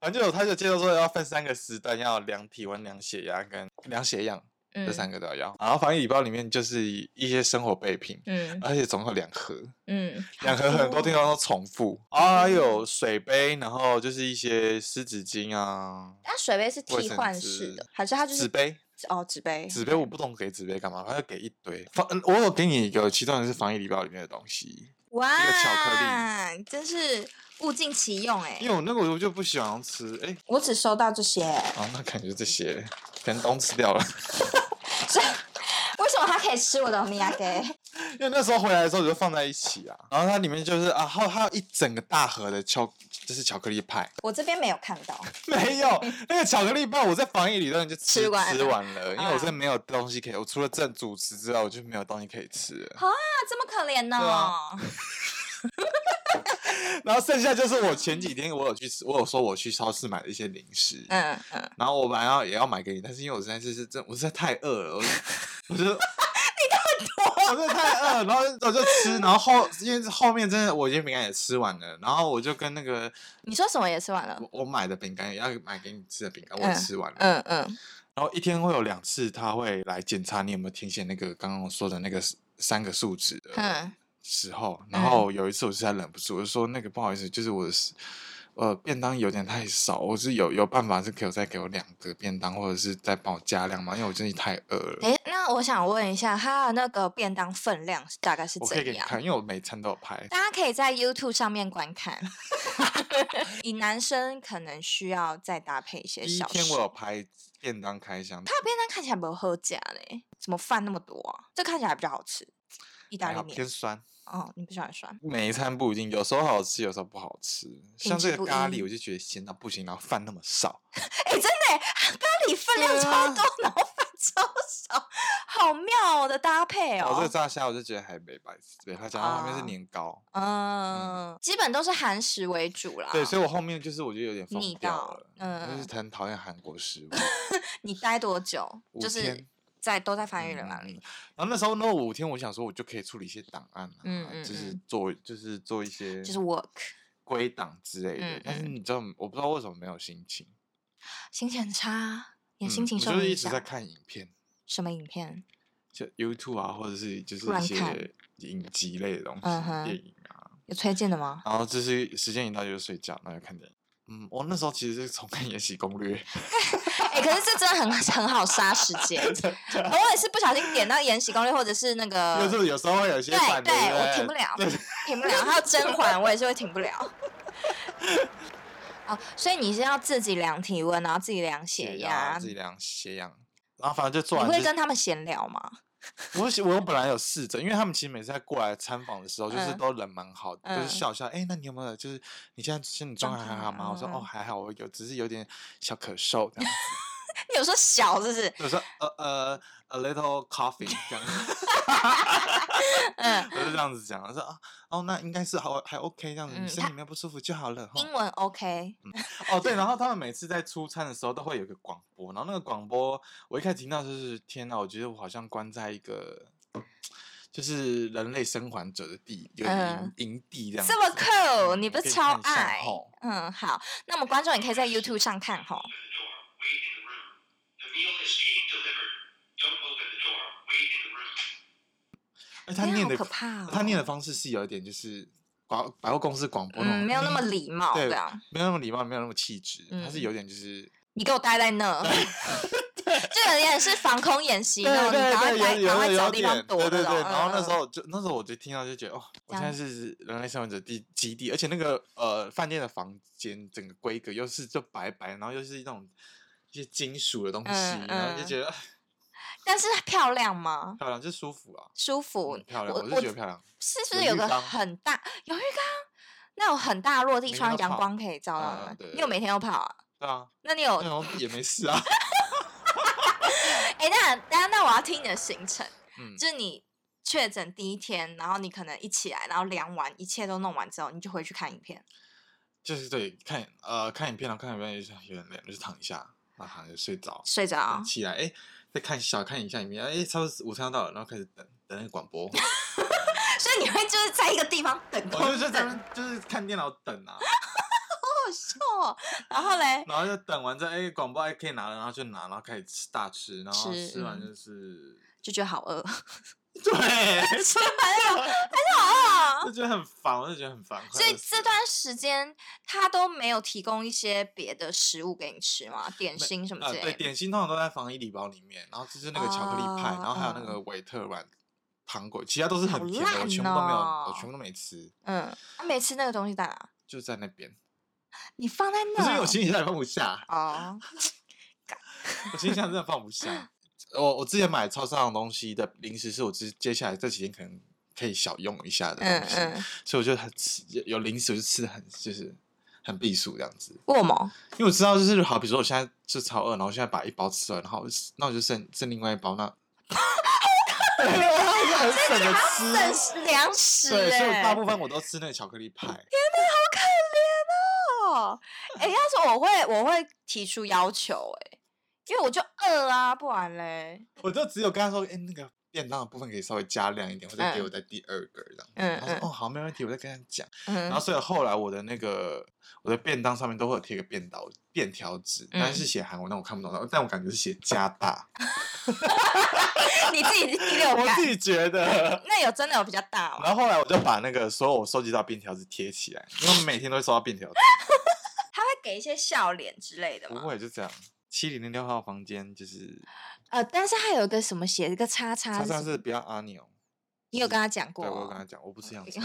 [SPEAKER 1] 反正就有他就介绍说要分三个时段，要量体温、量血压跟量血氧。
[SPEAKER 2] 嗯
[SPEAKER 1] 这三个都要要。然后防疫礼包里面就是一些生活备品，
[SPEAKER 2] 嗯
[SPEAKER 1] 而且总共两盒，
[SPEAKER 2] 嗯，
[SPEAKER 1] 两盒很多地方都重复啊，有水杯，然后就是一些湿纸巾啊。
[SPEAKER 2] 那水杯是
[SPEAKER 1] 卫
[SPEAKER 2] 替
[SPEAKER 1] 生
[SPEAKER 2] 换式
[SPEAKER 1] 纸
[SPEAKER 2] 的，还是它就是
[SPEAKER 1] 纸杯，
[SPEAKER 2] 哦纸杯？
[SPEAKER 1] 纸杯我不懂给纸杯干嘛，他就给一堆。防，嗯我有给你一个，其中一个是防疫礼包里面的东西，
[SPEAKER 2] 哇，
[SPEAKER 1] 个巧克
[SPEAKER 2] 真是物尽其用哎、
[SPEAKER 1] 因为我那个我就不喜欢吃，哎、
[SPEAKER 2] 我只收
[SPEAKER 1] 哦
[SPEAKER 2] 到这些，
[SPEAKER 1] 啊，那感觉这些可能都吃掉了。
[SPEAKER 2] 为什我，他可以吃我的欧米亚给。
[SPEAKER 1] [laughs]
[SPEAKER 2] [laughs]
[SPEAKER 1] 因为那时候回来的时候就放在一起啊，然后它里面就是啊，还有还有一整个大盒的巧，就是巧克力派，
[SPEAKER 2] 我这边没有看到，啊
[SPEAKER 1] 没有那个巧克力派，我在防疫理论就吃
[SPEAKER 2] 吃完了
[SPEAKER 1] 吃完了，因为我
[SPEAKER 2] 啊
[SPEAKER 1] 真的没有东西可以，我除了正主食之外，我就没有东西可以吃了，
[SPEAKER 2] 那这么可怜哦呢、
[SPEAKER 1] 对然后剩下就是我前几天我有去吃，我有说我去超市买了一些零食，
[SPEAKER 2] 嗯嗯，
[SPEAKER 1] 然后我本来要也要买给你，但是因为我实在是是真，我实在太饿了，我就我就。 [laughs] 我真的太饿，然后我就吃，然后后因为后面真的我已经饼干也吃完了，然后我就跟那个
[SPEAKER 2] 你说什么也吃完了？
[SPEAKER 1] 我我买的饼干也要买给你吃的饼干，我
[SPEAKER 2] 嗯
[SPEAKER 1] 也吃完了。
[SPEAKER 2] 嗯嗯，
[SPEAKER 1] 然后一天会有两次，他会来检查你有没有填写那个刚刚我说的那个三个数值的
[SPEAKER 2] 嗯
[SPEAKER 1] 时候。然后有一次我实在忍不住，我就说那个不好意思，就是我的食呃便当有点太少，我是有有办法是可以再给我两个便当，或者是再帮我加量吗？因为我真的太饿了。
[SPEAKER 2] 诶，那我想问一下，它的那个便当分量大概是
[SPEAKER 1] 我可以给
[SPEAKER 2] 怎
[SPEAKER 1] 你
[SPEAKER 2] 样？
[SPEAKER 1] 看，因为我每餐都有拍。
[SPEAKER 2] 大家可以在 YouTube 上面观看。 [laughs] 以男生可能需要再搭配一些
[SPEAKER 1] 第一
[SPEAKER 2] 小食。
[SPEAKER 1] 天我有拍便当开箱，
[SPEAKER 2] 它的便当看起来没有喝假嘞，怎么饭那么多啊？这看起来比较好吃，意大
[SPEAKER 1] 还
[SPEAKER 2] 利
[SPEAKER 1] 好
[SPEAKER 2] 面
[SPEAKER 1] 偏。酸，
[SPEAKER 2] 哦，你不喜欢酸？
[SPEAKER 1] 每一餐不一定，有时候好吃，有时候不好吃。像
[SPEAKER 2] 质
[SPEAKER 1] 这个
[SPEAKER 2] 不
[SPEAKER 1] 咖
[SPEAKER 2] 一
[SPEAKER 1] 喱，我就觉得咸到不行，然后饭那么少。
[SPEAKER 2] 哎、真的欸，咖喱分量
[SPEAKER 1] 对
[SPEAKER 2] 超
[SPEAKER 1] 啊
[SPEAKER 2] 多， [laughs] 然后饭超少，好妙的搭配
[SPEAKER 1] 然后
[SPEAKER 2] 哦。
[SPEAKER 1] 这个炸虾我就觉得还没白吃，对，它讲后面是
[SPEAKER 2] 啊
[SPEAKER 1] 年糕，
[SPEAKER 2] 嗯，基本都是韩食为主啦。
[SPEAKER 1] 对，所以我后面就是我觉得有点疯
[SPEAKER 2] 腻
[SPEAKER 1] 掉
[SPEAKER 2] 到
[SPEAKER 1] 了，
[SPEAKER 2] 嗯
[SPEAKER 1] 就是很讨厌韩国食物，
[SPEAKER 2] 你待多久？
[SPEAKER 1] 五
[SPEAKER 2] 就是
[SPEAKER 1] 天
[SPEAKER 2] 在都在翻译人
[SPEAKER 1] 嗯
[SPEAKER 2] 那
[SPEAKER 1] 嗯
[SPEAKER 2] 里。
[SPEAKER 1] 然后那时候那五天，我想说我就可以处理一些档案啊，
[SPEAKER 2] 嗯嗯
[SPEAKER 1] 就是
[SPEAKER 2] 嗯
[SPEAKER 1] 做就是做一些
[SPEAKER 2] 就是 work，
[SPEAKER 1] 归档之类的，
[SPEAKER 2] 嗯
[SPEAKER 1] 但是
[SPEAKER 2] 嗯
[SPEAKER 1] 你知道我不知道为什么没有心情，
[SPEAKER 2] 心情很差，你
[SPEAKER 1] 嗯
[SPEAKER 2] 的心情
[SPEAKER 1] 我
[SPEAKER 2] 受
[SPEAKER 1] 就是一
[SPEAKER 2] 影
[SPEAKER 1] 直
[SPEAKER 2] 响。
[SPEAKER 1] 在看影片，
[SPEAKER 2] 什么影片？
[SPEAKER 1] 就 YouTube 啊，或者是就是
[SPEAKER 2] 乱
[SPEAKER 1] 一些
[SPEAKER 2] 看
[SPEAKER 1] 影集类的东西，
[SPEAKER 2] 嗯哼
[SPEAKER 1] 电影啊，
[SPEAKER 2] 有推荐的
[SPEAKER 1] [laughs]
[SPEAKER 2] 吗？
[SPEAKER 1] 然后就是时间一到就睡觉，然后就看电影。嗯，我那时候其实是重看《延禧攻
[SPEAKER 2] [laughs]
[SPEAKER 1] 略》。
[SPEAKER 2] 哎、可是这真的很很好 [laughs] 杀时间。我也是不小心点到《延禧攻略》或者是那个，
[SPEAKER 1] 就是有时候会有一些
[SPEAKER 2] 对
[SPEAKER 1] 反
[SPEAKER 2] 对，我停不了，停不了。还有甄嬛，我也是会停不了。 [laughs] 哦，所以你是要自己量体温，然后自己量血压，
[SPEAKER 1] 自己
[SPEAKER 2] 你
[SPEAKER 1] 量血氧，然后反正就做完、就
[SPEAKER 2] 会
[SPEAKER 1] 是。
[SPEAKER 2] 跟他们闲聊吗？ [laughs]
[SPEAKER 1] 我是我本来有试着，因为他们其实每次在过来参访的时候，就是
[SPEAKER 2] 嗯
[SPEAKER 1] 都人蛮好的，就是
[SPEAKER 2] 嗯
[SPEAKER 1] 笑一笑。哎、那你有没有就是你现在身体状态
[SPEAKER 2] 状
[SPEAKER 1] 还
[SPEAKER 2] 态
[SPEAKER 1] 好吗？我说哦
[SPEAKER 2] 嗯嗯
[SPEAKER 1] 还好，我有只是有点小咳嗽这样子。
[SPEAKER 2] 你有说小是不是？
[SPEAKER 1] 我说呃呃 a little coffee [laughs] 这样，
[SPEAKER 2] 嗯，
[SPEAKER 1] 我就这样子讲。我说啊哦那应该是还还 OK 这样子，你
[SPEAKER 2] 嗯
[SPEAKER 1] 身
[SPEAKER 2] 他
[SPEAKER 1] 体没有不舒服就好了。吼
[SPEAKER 2] 英文 OK，
[SPEAKER 1] 哦，对，然后他们每次在出餐的时候都会有个广播，然后那个广播我一开始听到就是天呐，我觉得我好像关在一个就是人类生还者的地，有营
[SPEAKER 2] 嗯
[SPEAKER 1] 营地这样子。
[SPEAKER 2] 这么 cool，
[SPEAKER 1] 嗯
[SPEAKER 2] 你
[SPEAKER 1] 我
[SPEAKER 2] 不是
[SPEAKER 1] 可以
[SPEAKER 2] 超
[SPEAKER 1] 看一下哦
[SPEAKER 2] 爱
[SPEAKER 1] 吼？
[SPEAKER 2] 嗯，好，那我们观众也可以在 YouTube 上看吼。
[SPEAKER 4] Wait in the room. The meal is being delivered. Don't open the door. Wait in the room.
[SPEAKER 1] 哎他
[SPEAKER 2] 哎呀
[SPEAKER 1] 念
[SPEAKER 2] 好
[SPEAKER 1] 的
[SPEAKER 2] 可怕哦
[SPEAKER 1] 他念的方式是有一点就是广百货公司广播那
[SPEAKER 2] 嗯，
[SPEAKER 1] 种，
[SPEAKER 2] 没有那么
[SPEAKER 1] 嗯
[SPEAKER 2] 礼貌
[SPEAKER 1] 对
[SPEAKER 2] 这样，
[SPEAKER 1] 没有那么礼貌，没有那么气质，他是
[SPEAKER 2] 嗯
[SPEAKER 1] 有点就是
[SPEAKER 2] 你给我待在
[SPEAKER 1] [laughs]
[SPEAKER 2] 那，就有点是防空演习
[SPEAKER 1] 对
[SPEAKER 2] 那种，
[SPEAKER 1] 对
[SPEAKER 2] 你赶快
[SPEAKER 1] 对，
[SPEAKER 2] 待，
[SPEAKER 1] 有
[SPEAKER 2] 赶
[SPEAKER 1] 有
[SPEAKER 2] 快
[SPEAKER 1] 有
[SPEAKER 2] 找
[SPEAKER 1] 有
[SPEAKER 2] 地方
[SPEAKER 1] 点，
[SPEAKER 2] 躲
[SPEAKER 1] 对
[SPEAKER 2] 那
[SPEAKER 1] 对对。
[SPEAKER 2] 种
[SPEAKER 1] 然后那时
[SPEAKER 2] 嗯嗯
[SPEAKER 1] 候就那时候我就听到就觉得哦，我现在
[SPEAKER 2] 这
[SPEAKER 1] 是人类生存者地基地，而且那个呃饭店的房间整个规格又是就白白，然后又是那种一些金属的东西，
[SPEAKER 2] 嗯
[SPEAKER 1] 然后就
[SPEAKER 2] 嗯
[SPEAKER 1] 觉得啊
[SPEAKER 2] 但是漂亮吗？
[SPEAKER 1] 漂亮就舒服啊，
[SPEAKER 2] 舒服
[SPEAKER 1] 嗯，漂亮，
[SPEAKER 2] 我
[SPEAKER 1] 我是觉得漂亮。
[SPEAKER 2] 是不是
[SPEAKER 1] 有
[SPEAKER 2] 有
[SPEAKER 1] 浴
[SPEAKER 2] 个
[SPEAKER 1] 缸
[SPEAKER 2] 很大有浴缸，那种很大的落地
[SPEAKER 1] 每天
[SPEAKER 2] 窗，
[SPEAKER 1] 都
[SPEAKER 2] 阳
[SPEAKER 1] 跑
[SPEAKER 2] 光可以照到
[SPEAKER 1] 嗯
[SPEAKER 2] 你们
[SPEAKER 1] 对对
[SPEAKER 2] 你有
[SPEAKER 1] 对
[SPEAKER 2] 每天都跑啊？
[SPEAKER 1] 对啊，
[SPEAKER 2] 那你有
[SPEAKER 1] 然后也没事啊，
[SPEAKER 2] 哎、那那那我要听你的行程，
[SPEAKER 1] 嗯
[SPEAKER 2] 就是你确诊第一天，然后你可能一起来，然后量完一切都弄完之后，你就回去看影片。
[SPEAKER 1] 就是对看呃看影片，然后看影片就是有点累，就是躺一下，然后躺着睡着，
[SPEAKER 2] 睡着，啊
[SPEAKER 1] 起来哎再看小看一下影片，哎差不多午餐要到了，然后开始等等那个广播。
[SPEAKER 2] 所以你会就是在一个地方等空
[SPEAKER 1] 我就是
[SPEAKER 2] 等，
[SPEAKER 1] 在
[SPEAKER 2] 好
[SPEAKER 1] 那边就是看电脑等啊，
[SPEAKER 2] 好笑哦。然后嘞，
[SPEAKER 1] 然后就等完之后，哎、广播哎可以拿了，然后就拿，然后开始吃大吃，然后
[SPEAKER 2] 吃
[SPEAKER 1] 吃完
[SPEAKER 2] 嗯
[SPEAKER 1] 就是， [laughs]
[SPEAKER 2] 就觉得好饿，
[SPEAKER 1] 对，
[SPEAKER 2] 吃完了还是好饿哦。
[SPEAKER 1] 就觉得很烦，我就觉得很烦。
[SPEAKER 2] [laughs] 所
[SPEAKER 1] 快
[SPEAKER 2] 以
[SPEAKER 1] 乐死
[SPEAKER 2] 这
[SPEAKER 1] 了
[SPEAKER 2] 段时间他都没有提供一些别的食物给你吃吗？点心什么
[SPEAKER 1] 呃
[SPEAKER 2] 之
[SPEAKER 1] 对
[SPEAKER 2] 类的？
[SPEAKER 1] 点心通常都在防疫礼包里面，然后就是那个巧克力派，然后还有那
[SPEAKER 2] 哦
[SPEAKER 1] 个维特软糖果，其他都是
[SPEAKER 2] 好
[SPEAKER 1] 很甜的，我
[SPEAKER 2] 烂
[SPEAKER 1] 全部都没有，我
[SPEAKER 2] 哦
[SPEAKER 1] 全部都没吃，
[SPEAKER 2] 嗯，他没吃那个东西在哪？
[SPEAKER 1] 就在那边。
[SPEAKER 2] 你放在
[SPEAKER 1] 可是因为 [laughs]
[SPEAKER 2] 那
[SPEAKER 1] 我行李箱也放不下，
[SPEAKER 2] 哦，
[SPEAKER 1] 我行李箱真的放不下。我我之前买超市上的东西的零食，是我之接下来这几天可能可以小用一下的
[SPEAKER 2] 嗯
[SPEAKER 1] 东西，
[SPEAKER 2] 嗯，
[SPEAKER 1] 所以我就很吃有零食，我就吃的很就是很避暑这样子。
[SPEAKER 2] 卧毛，
[SPEAKER 1] 因为我知道，就是好，比如说我现在就超饿，然后我现在把一包吃完，然后我就那我就剩剩另外一包，
[SPEAKER 2] [laughs]
[SPEAKER 1] 那 [laughs] 很省的吃，
[SPEAKER 2] 但是粮食
[SPEAKER 1] 对，所以我
[SPEAKER 2] 哎、
[SPEAKER 1] 大部分我都吃那个巧克力派。
[SPEAKER 2] 哦，哎、要是我会我会提出要求哎、因为我就饿啊，不然嘞，
[SPEAKER 1] 我就只有跟他说，哎、那个便当的部分可以稍微加量一点，或者给
[SPEAKER 2] 嗯
[SPEAKER 1] 我在第二个这样。
[SPEAKER 2] 嗯
[SPEAKER 1] 他说
[SPEAKER 2] 嗯
[SPEAKER 1] 哦好，没问题，我再跟他讲。然后
[SPEAKER 2] 嗯
[SPEAKER 1] 所以后来我的那个我的便当上面都会有贴个便当便条纸，
[SPEAKER 2] 嗯
[SPEAKER 1] 但是写韩文，那我看不懂，然后但我感觉是写加大，
[SPEAKER 2] 你自己第六
[SPEAKER 1] 我
[SPEAKER 2] 感
[SPEAKER 1] 自，己觉得。
[SPEAKER 2] 那有真的有比较大吗？
[SPEAKER 1] [laughs] 然后后来我就把那个所有我收集到的便条纸贴起来，因为我每天都会收到便条纸，
[SPEAKER 2] 他会给一些笑脸之类的
[SPEAKER 1] 不
[SPEAKER 2] 吗？
[SPEAKER 1] 会就这样。七零零六号房间就是，
[SPEAKER 2] 呃，但是还有一个什么写一个叉叉
[SPEAKER 1] 他
[SPEAKER 2] 是什么，
[SPEAKER 1] 啊上是不要阿牛，
[SPEAKER 2] 你有跟他讲过
[SPEAKER 1] 对我有跟
[SPEAKER 2] 哦？
[SPEAKER 1] 他讲，我不吃洋
[SPEAKER 2] 哎
[SPEAKER 1] 葱。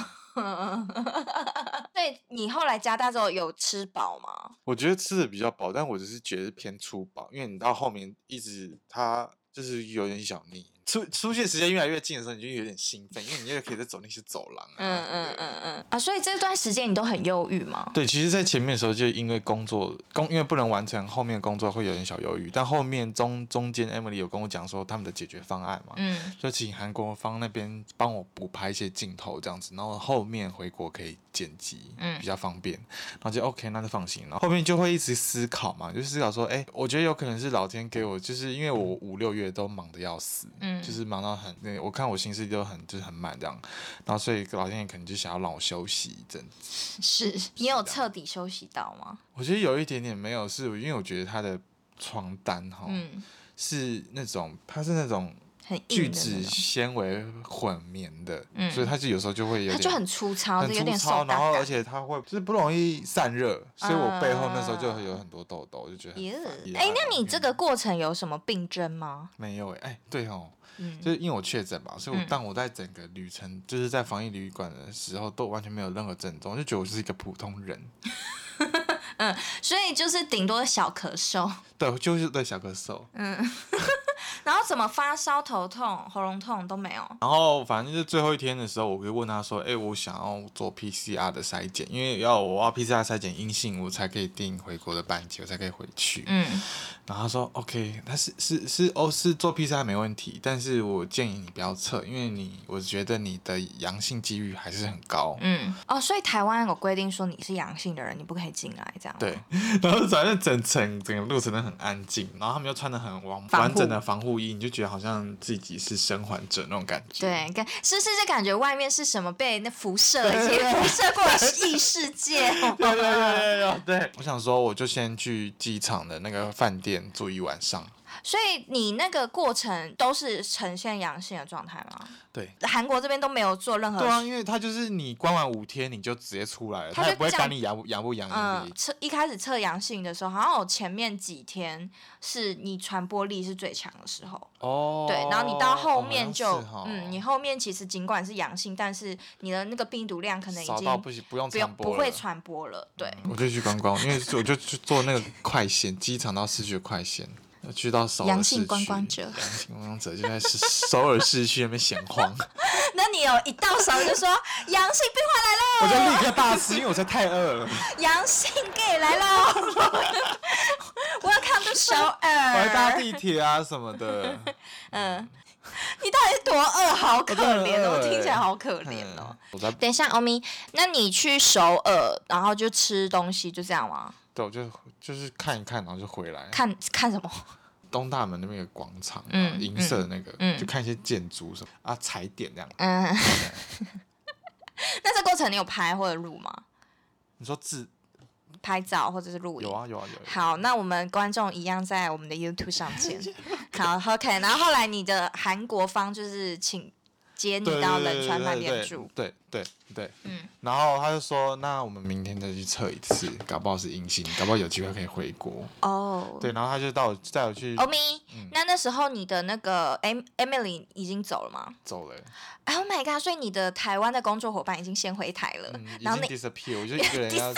[SPEAKER 2] [laughs] 对你后来加大之后有吃饱吗？
[SPEAKER 1] 我觉得吃的比较饱，但我只是觉得偏粗饱，因为你到后面一直它就是有点小腻。出出现时间越来越近的时候，你就有点兴奋，因为你又可以再走那些走廊啊。
[SPEAKER 2] 嗯
[SPEAKER 1] 对
[SPEAKER 2] 嗯
[SPEAKER 1] 不对
[SPEAKER 2] 嗯嗯啊，所以这段时间你都很忧郁吗？
[SPEAKER 1] 对，其实，在前面的时候，就因为工作工，因为不能完成后面的工作，会有点小犹豫。但后面中中间，Emily 有跟我讲说他们的解决方案嘛，
[SPEAKER 2] 嗯，
[SPEAKER 1] 就请韩国方那边帮我补拍一些镜头这样子，然后后面回国可以剪辑，
[SPEAKER 2] 嗯
[SPEAKER 1] 比较方便。然后就 OK，那就放心。然后后面就会一直思考嘛，就思考说，哎、我觉得有可能是老天给我，就是因为我五六月都忙得要死，
[SPEAKER 2] 嗯
[SPEAKER 1] 就是忙到很，那我看我行事都很就是很满这样，然后所以老天爷可能就想要让我休息一阵子。
[SPEAKER 2] 是你有彻底休息到吗？
[SPEAKER 1] 我觉得有一点点没有，是因为我觉得他的床单哈、
[SPEAKER 2] 嗯，
[SPEAKER 1] 是那种，它是那种。
[SPEAKER 2] 很
[SPEAKER 1] 聚
[SPEAKER 2] 硬的
[SPEAKER 1] 酯
[SPEAKER 2] 那种，
[SPEAKER 1] 纤维混棉的，
[SPEAKER 2] 嗯
[SPEAKER 1] 所以它就有时候就会有
[SPEAKER 2] 它
[SPEAKER 1] 点
[SPEAKER 2] 就很粗糙，
[SPEAKER 1] 很
[SPEAKER 2] 有
[SPEAKER 1] 粗
[SPEAKER 2] 点
[SPEAKER 1] 糙，
[SPEAKER 2] 手
[SPEAKER 1] 然
[SPEAKER 2] 感
[SPEAKER 1] 后
[SPEAKER 2] 感
[SPEAKER 1] 而且它会就是不容易散热，所以我背后那时候就
[SPEAKER 2] 啊
[SPEAKER 1] 有很多痘痘，我就觉得很
[SPEAKER 2] 耶
[SPEAKER 1] 烦也
[SPEAKER 2] 哎、
[SPEAKER 1] 还好
[SPEAKER 2] 那你这
[SPEAKER 1] 嗯
[SPEAKER 2] 个过程有什么病症吗？
[SPEAKER 1] 没有哎、哎对哦，
[SPEAKER 2] 嗯，
[SPEAKER 1] 就是因为我确诊嘛，所以我、
[SPEAKER 2] 嗯
[SPEAKER 1] 但我在整个旅程就是在防疫旅馆的时候都完全没有任何症状，我就觉得我就是一个普通人，
[SPEAKER 2] 所以就是顶多小咳嗽， [laughs]
[SPEAKER 1] 对，我就是对小咳嗽，
[SPEAKER 2] 嗯，然后怎么发烧、头痛、喉咙痛都没有，
[SPEAKER 1] 然后反正就是最后一天的时候，我就问他说：“哎、我想要做 PCR 的筛检，因为要我要 PCR 筛检阴性，我才可以订回国的班机，我才可以回去。
[SPEAKER 2] 嗯
[SPEAKER 1] 然后他说：“OK，他是是是哦，是做 PCR 没问题，但是我建议你不要测，因为你我觉得你的阳性几率还是很高。
[SPEAKER 2] 嗯，哦，所以台湾有规定说你是阳性的人，你不可以进来，这样吗
[SPEAKER 1] 对， [laughs] 然后反正整层整个路程都很安静，然后他们又穿的很完
[SPEAKER 2] 防护
[SPEAKER 1] 完整的防护衣，你就觉得好像自己是生还者那种感觉。
[SPEAKER 2] 对，感是是这感觉外面是什么被那辐射， [laughs] 已经辐射过了异
[SPEAKER 1] [laughs]
[SPEAKER 2] 世界。哦
[SPEAKER 1] 对对对对对对，我想说，我就先去机场的那个饭店住一晚上。
[SPEAKER 2] 所以你那个过程都是呈现阳性的状态吗？ [laughs]
[SPEAKER 1] 对
[SPEAKER 2] 韩国这边都没有做任何
[SPEAKER 1] 对啊，因为他就是你关完五天你就直接出来了，
[SPEAKER 2] 他
[SPEAKER 1] 他也
[SPEAKER 2] 就
[SPEAKER 1] 不会
[SPEAKER 2] 这样
[SPEAKER 1] 管你阳不阳不阳
[SPEAKER 2] 嗯
[SPEAKER 1] 阴，历。
[SPEAKER 2] 测一开始测阳性的时候，好像有前面几天是你传播力是最强的时候，
[SPEAKER 1] 哦，
[SPEAKER 2] 嗯对，然后你到后
[SPEAKER 1] 哦
[SPEAKER 2] 面就，
[SPEAKER 1] 好像是哦
[SPEAKER 2] 嗯，你后面其实尽管是阳性，但是你的那个病毒量可能已
[SPEAKER 1] 少
[SPEAKER 2] 经
[SPEAKER 1] 到不行，不用
[SPEAKER 2] 不用
[SPEAKER 1] 传播
[SPEAKER 2] 不会
[SPEAKER 1] 了嗯
[SPEAKER 2] 传播了，对， [laughs]
[SPEAKER 1] 我就去观光，因为我就去坐那个快线，机场到市区的快线，去到首尔
[SPEAKER 2] 阳
[SPEAKER 1] 市
[SPEAKER 2] 性观
[SPEAKER 1] 区
[SPEAKER 2] 光者
[SPEAKER 1] 阳性观光者就在市首尔市区那边闲
[SPEAKER 2] [laughs]
[SPEAKER 1] 晃，
[SPEAKER 2] 那你有一到手就说阳性病患来喽，
[SPEAKER 1] 我就立刻大吃，因为我实在太饿了，
[SPEAKER 2] 阳性 gay 来 [laughs] 喽，Welcome to 首
[SPEAKER 1] 我还搭
[SPEAKER 2] 尔。
[SPEAKER 1] 地铁啊什么的。
[SPEAKER 2] 嗯，你到底是多饿？好可
[SPEAKER 1] 真的很
[SPEAKER 2] 怜哦，
[SPEAKER 1] 饿
[SPEAKER 2] 听起来
[SPEAKER 1] 欸
[SPEAKER 2] 好 [laughs] 可怜哦。
[SPEAKER 1] 嗯，我在
[SPEAKER 2] 等一下，欧咪，那你去首尔，然后就吃东西，就这样吗？
[SPEAKER 1] 对，我就就是看一看，然后就回来。
[SPEAKER 2] 看看什么？
[SPEAKER 1] 东大门那边有个广场，
[SPEAKER 2] 嗯
[SPEAKER 1] 嗯，银色的那个，
[SPEAKER 2] 嗯
[SPEAKER 1] 就看一些建筑什么啊，踩点这样。
[SPEAKER 2] 嗯， [laughs] 那这过程你有拍或者录吗？
[SPEAKER 1] 你说自
[SPEAKER 2] 拍照或者是录影？
[SPEAKER 1] 有啊有啊有啊有啊，
[SPEAKER 2] 好，那我们观众一样在我们的 YouTube 上
[SPEAKER 1] [laughs]
[SPEAKER 2] 见。好，OK。然后后来你的韩国方就是请接你
[SPEAKER 1] 对
[SPEAKER 2] 到
[SPEAKER 1] 对对
[SPEAKER 2] 冷川
[SPEAKER 1] 对
[SPEAKER 2] 饭
[SPEAKER 1] 对
[SPEAKER 2] 店
[SPEAKER 1] 对
[SPEAKER 2] 住，
[SPEAKER 1] 对对对，
[SPEAKER 2] 嗯
[SPEAKER 1] 然后他就说，那我们明天再去测一次，搞不好是阴性，搞不好有机会可以回
[SPEAKER 2] [laughs]
[SPEAKER 1] 国。
[SPEAKER 2] 哦。
[SPEAKER 1] 对，然嗯后他就带我带我去
[SPEAKER 2] 欧咪，那那时候你的那个 Em Emily 已经走了吗
[SPEAKER 1] 走了，
[SPEAKER 2] ？Oh my god！所以你的台湾的工作伙伴已经先回台了，
[SPEAKER 1] 嗯，已
[SPEAKER 2] 呃
[SPEAKER 1] 经
[SPEAKER 2] 然后你 [laughs]
[SPEAKER 1] disappear，我就一个人要。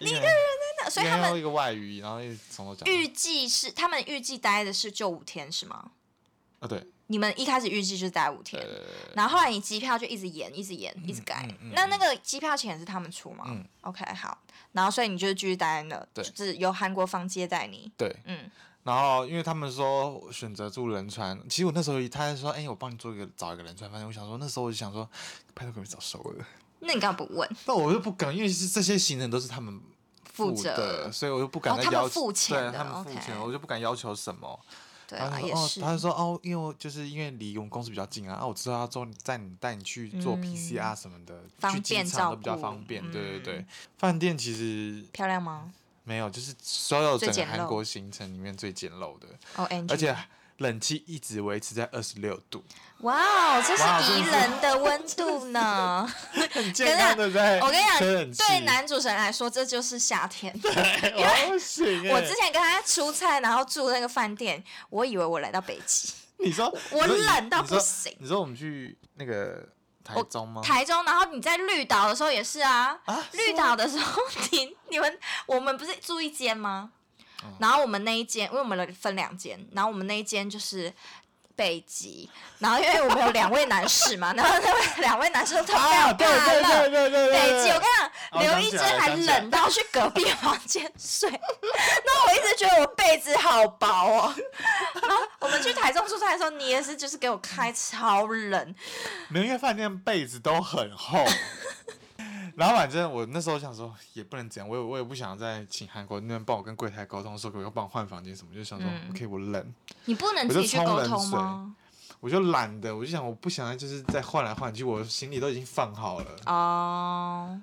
[SPEAKER 1] 一个人，
[SPEAKER 2] 那那所以他
[SPEAKER 1] 要
[SPEAKER 2] 们
[SPEAKER 1] 一个外语，然后一直从头讲到
[SPEAKER 2] 预计是他们预计待的是就五天是吗？
[SPEAKER 1] 啊，对呃
[SPEAKER 2] 你们一开始预计就是待五天
[SPEAKER 1] 对，对对
[SPEAKER 2] 然后后来你机票就一直延，一直延，一直改。那那个机票钱也是他们出吗、
[SPEAKER 1] 嗯
[SPEAKER 2] o k 好。然后所以你就继续待在那，
[SPEAKER 1] 对
[SPEAKER 2] 就是由韩国方接待你。
[SPEAKER 1] 对，
[SPEAKER 2] 嗯，
[SPEAKER 1] 然后因为他们说选择住仁川，其实我那时候一他还说，哎、我帮你做一个找一个仁川饭店，我想说那时候我就想说，拍到可不可以找熟 [laughs] 的？
[SPEAKER 2] 那你干嘛不问？
[SPEAKER 1] 但我又不敢，因为是这些行程都是他们
[SPEAKER 2] 负
[SPEAKER 1] 付的，
[SPEAKER 2] 责
[SPEAKER 1] 所以我又不敢
[SPEAKER 2] 哦
[SPEAKER 1] 再
[SPEAKER 2] 他们
[SPEAKER 1] 要求，
[SPEAKER 2] 付钱
[SPEAKER 1] 对
[SPEAKER 2] 的
[SPEAKER 1] 他们付
[SPEAKER 2] OK
[SPEAKER 1] 钱，我就不敢要求什么。
[SPEAKER 2] 对
[SPEAKER 1] 然
[SPEAKER 2] 啊，
[SPEAKER 1] 后
[SPEAKER 2] 也
[SPEAKER 1] 他说
[SPEAKER 2] 是。
[SPEAKER 1] 哦，他就说哦，因为我就是因为离我们公司比较近啊，啊，我知道要做带你带你去做
[SPEAKER 2] 嗯
[SPEAKER 1] PCR 什么的，
[SPEAKER 2] 方
[SPEAKER 1] 去机
[SPEAKER 2] 便
[SPEAKER 1] 场
[SPEAKER 2] 照
[SPEAKER 1] 都比较
[SPEAKER 2] 顾
[SPEAKER 1] 方便。对对对
[SPEAKER 2] 嗯，
[SPEAKER 1] 饭店其实
[SPEAKER 2] 漂亮吗
[SPEAKER 1] 没有，就是所有
[SPEAKER 2] 最
[SPEAKER 1] 整个
[SPEAKER 2] 简
[SPEAKER 1] 韩
[SPEAKER 2] 陋
[SPEAKER 1] 国行程里面最简陋的，
[SPEAKER 2] ？O N G，
[SPEAKER 1] 而且冷气一直维持在二十六度，
[SPEAKER 2] 哇哦，这是
[SPEAKER 1] 哇
[SPEAKER 2] 宜
[SPEAKER 1] 真的是
[SPEAKER 2] 人的温度呢。
[SPEAKER 1] [laughs] 很健康的在
[SPEAKER 2] 我跟你讲，
[SPEAKER 1] 吹冷气，
[SPEAKER 2] 对男主神来说，这就是夏天。
[SPEAKER 1] 我不行欸。
[SPEAKER 2] 我之前跟他出差，然后住那个饭店，我以为我来到北极。
[SPEAKER 1] 你说
[SPEAKER 2] 我
[SPEAKER 1] 你说
[SPEAKER 2] 冷到
[SPEAKER 1] 你说
[SPEAKER 2] 不行
[SPEAKER 1] 你说我们去那个台
[SPEAKER 2] 我
[SPEAKER 1] 中吗？
[SPEAKER 2] 台中，然后你在绿岛的时候也是啊，
[SPEAKER 1] 哦啊
[SPEAKER 2] 绿岛的时候你你们我们不是住一间吗？
[SPEAKER 1] 哦
[SPEAKER 2] 然后我们那一间，因为我们分两间，然后我们那一间就是北极，然后因为我们有两位男士
[SPEAKER 1] [laughs]
[SPEAKER 2] 嘛，然后那位两位男士都特别
[SPEAKER 1] 啊，
[SPEAKER 2] 有
[SPEAKER 1] 对
[SPEAKER 2] 干
[SPEAKER 1] 对对
[SPEAKER 2] 了。
[SPEAKER 1] 对对对，
[SPEAKER 2] 北
[SPEAKER 1] 对
[SPEAKER 2] 极，我跟你讲，
[SPEAKER 1] 哦
[SPEAKER 2] 刘
[SPEAKER 1] 想
[SPEAKER 2] 一
[SPEAKER 1] 起
[SPEAKER 2] 真
[SPEAKER 1] 来了
[SPEAKER 2] 还
[SPEAKER 1] 想起来
[SPEAKER 2] 冷到去隔壁房间
[SPEAKER 1] [laughs]
[SPEAKER 2] 睡，那我一直觉得我被子好薄哦。然后我们去台中出差的时候，你也是就是给我开超冷，
[SPEAKER 1] 没有，因为饭店被子都很厚。然后反正我那时候想说，也不能这样，我也我也不想再请韩国那边帮我跟柜台沟通，说可不可以帮我换房间什么，就想说、
[SPEAKER 2] 嗯
[SPEAKER 1] OK，我冷，
[SPEAKER 2] 你不能
[SPEAKER 1] 我
[SPEAKER 2] 自
[SPEAKER 1] 就
[SPEAKER 2] 己去
[SPEAKER 1] 冲
[SPEAKER 2] 沟
[SPEAKER 1] 冷
[SPEAKER 2] 通
[SPEAKER 1] 水
[SPEAKER 2] 吗？
[SPEAKER 1] 我就懒得，我就想我不想再就是再换来换去，我行李都已经放好了。
[SPEAKER 2] 哦，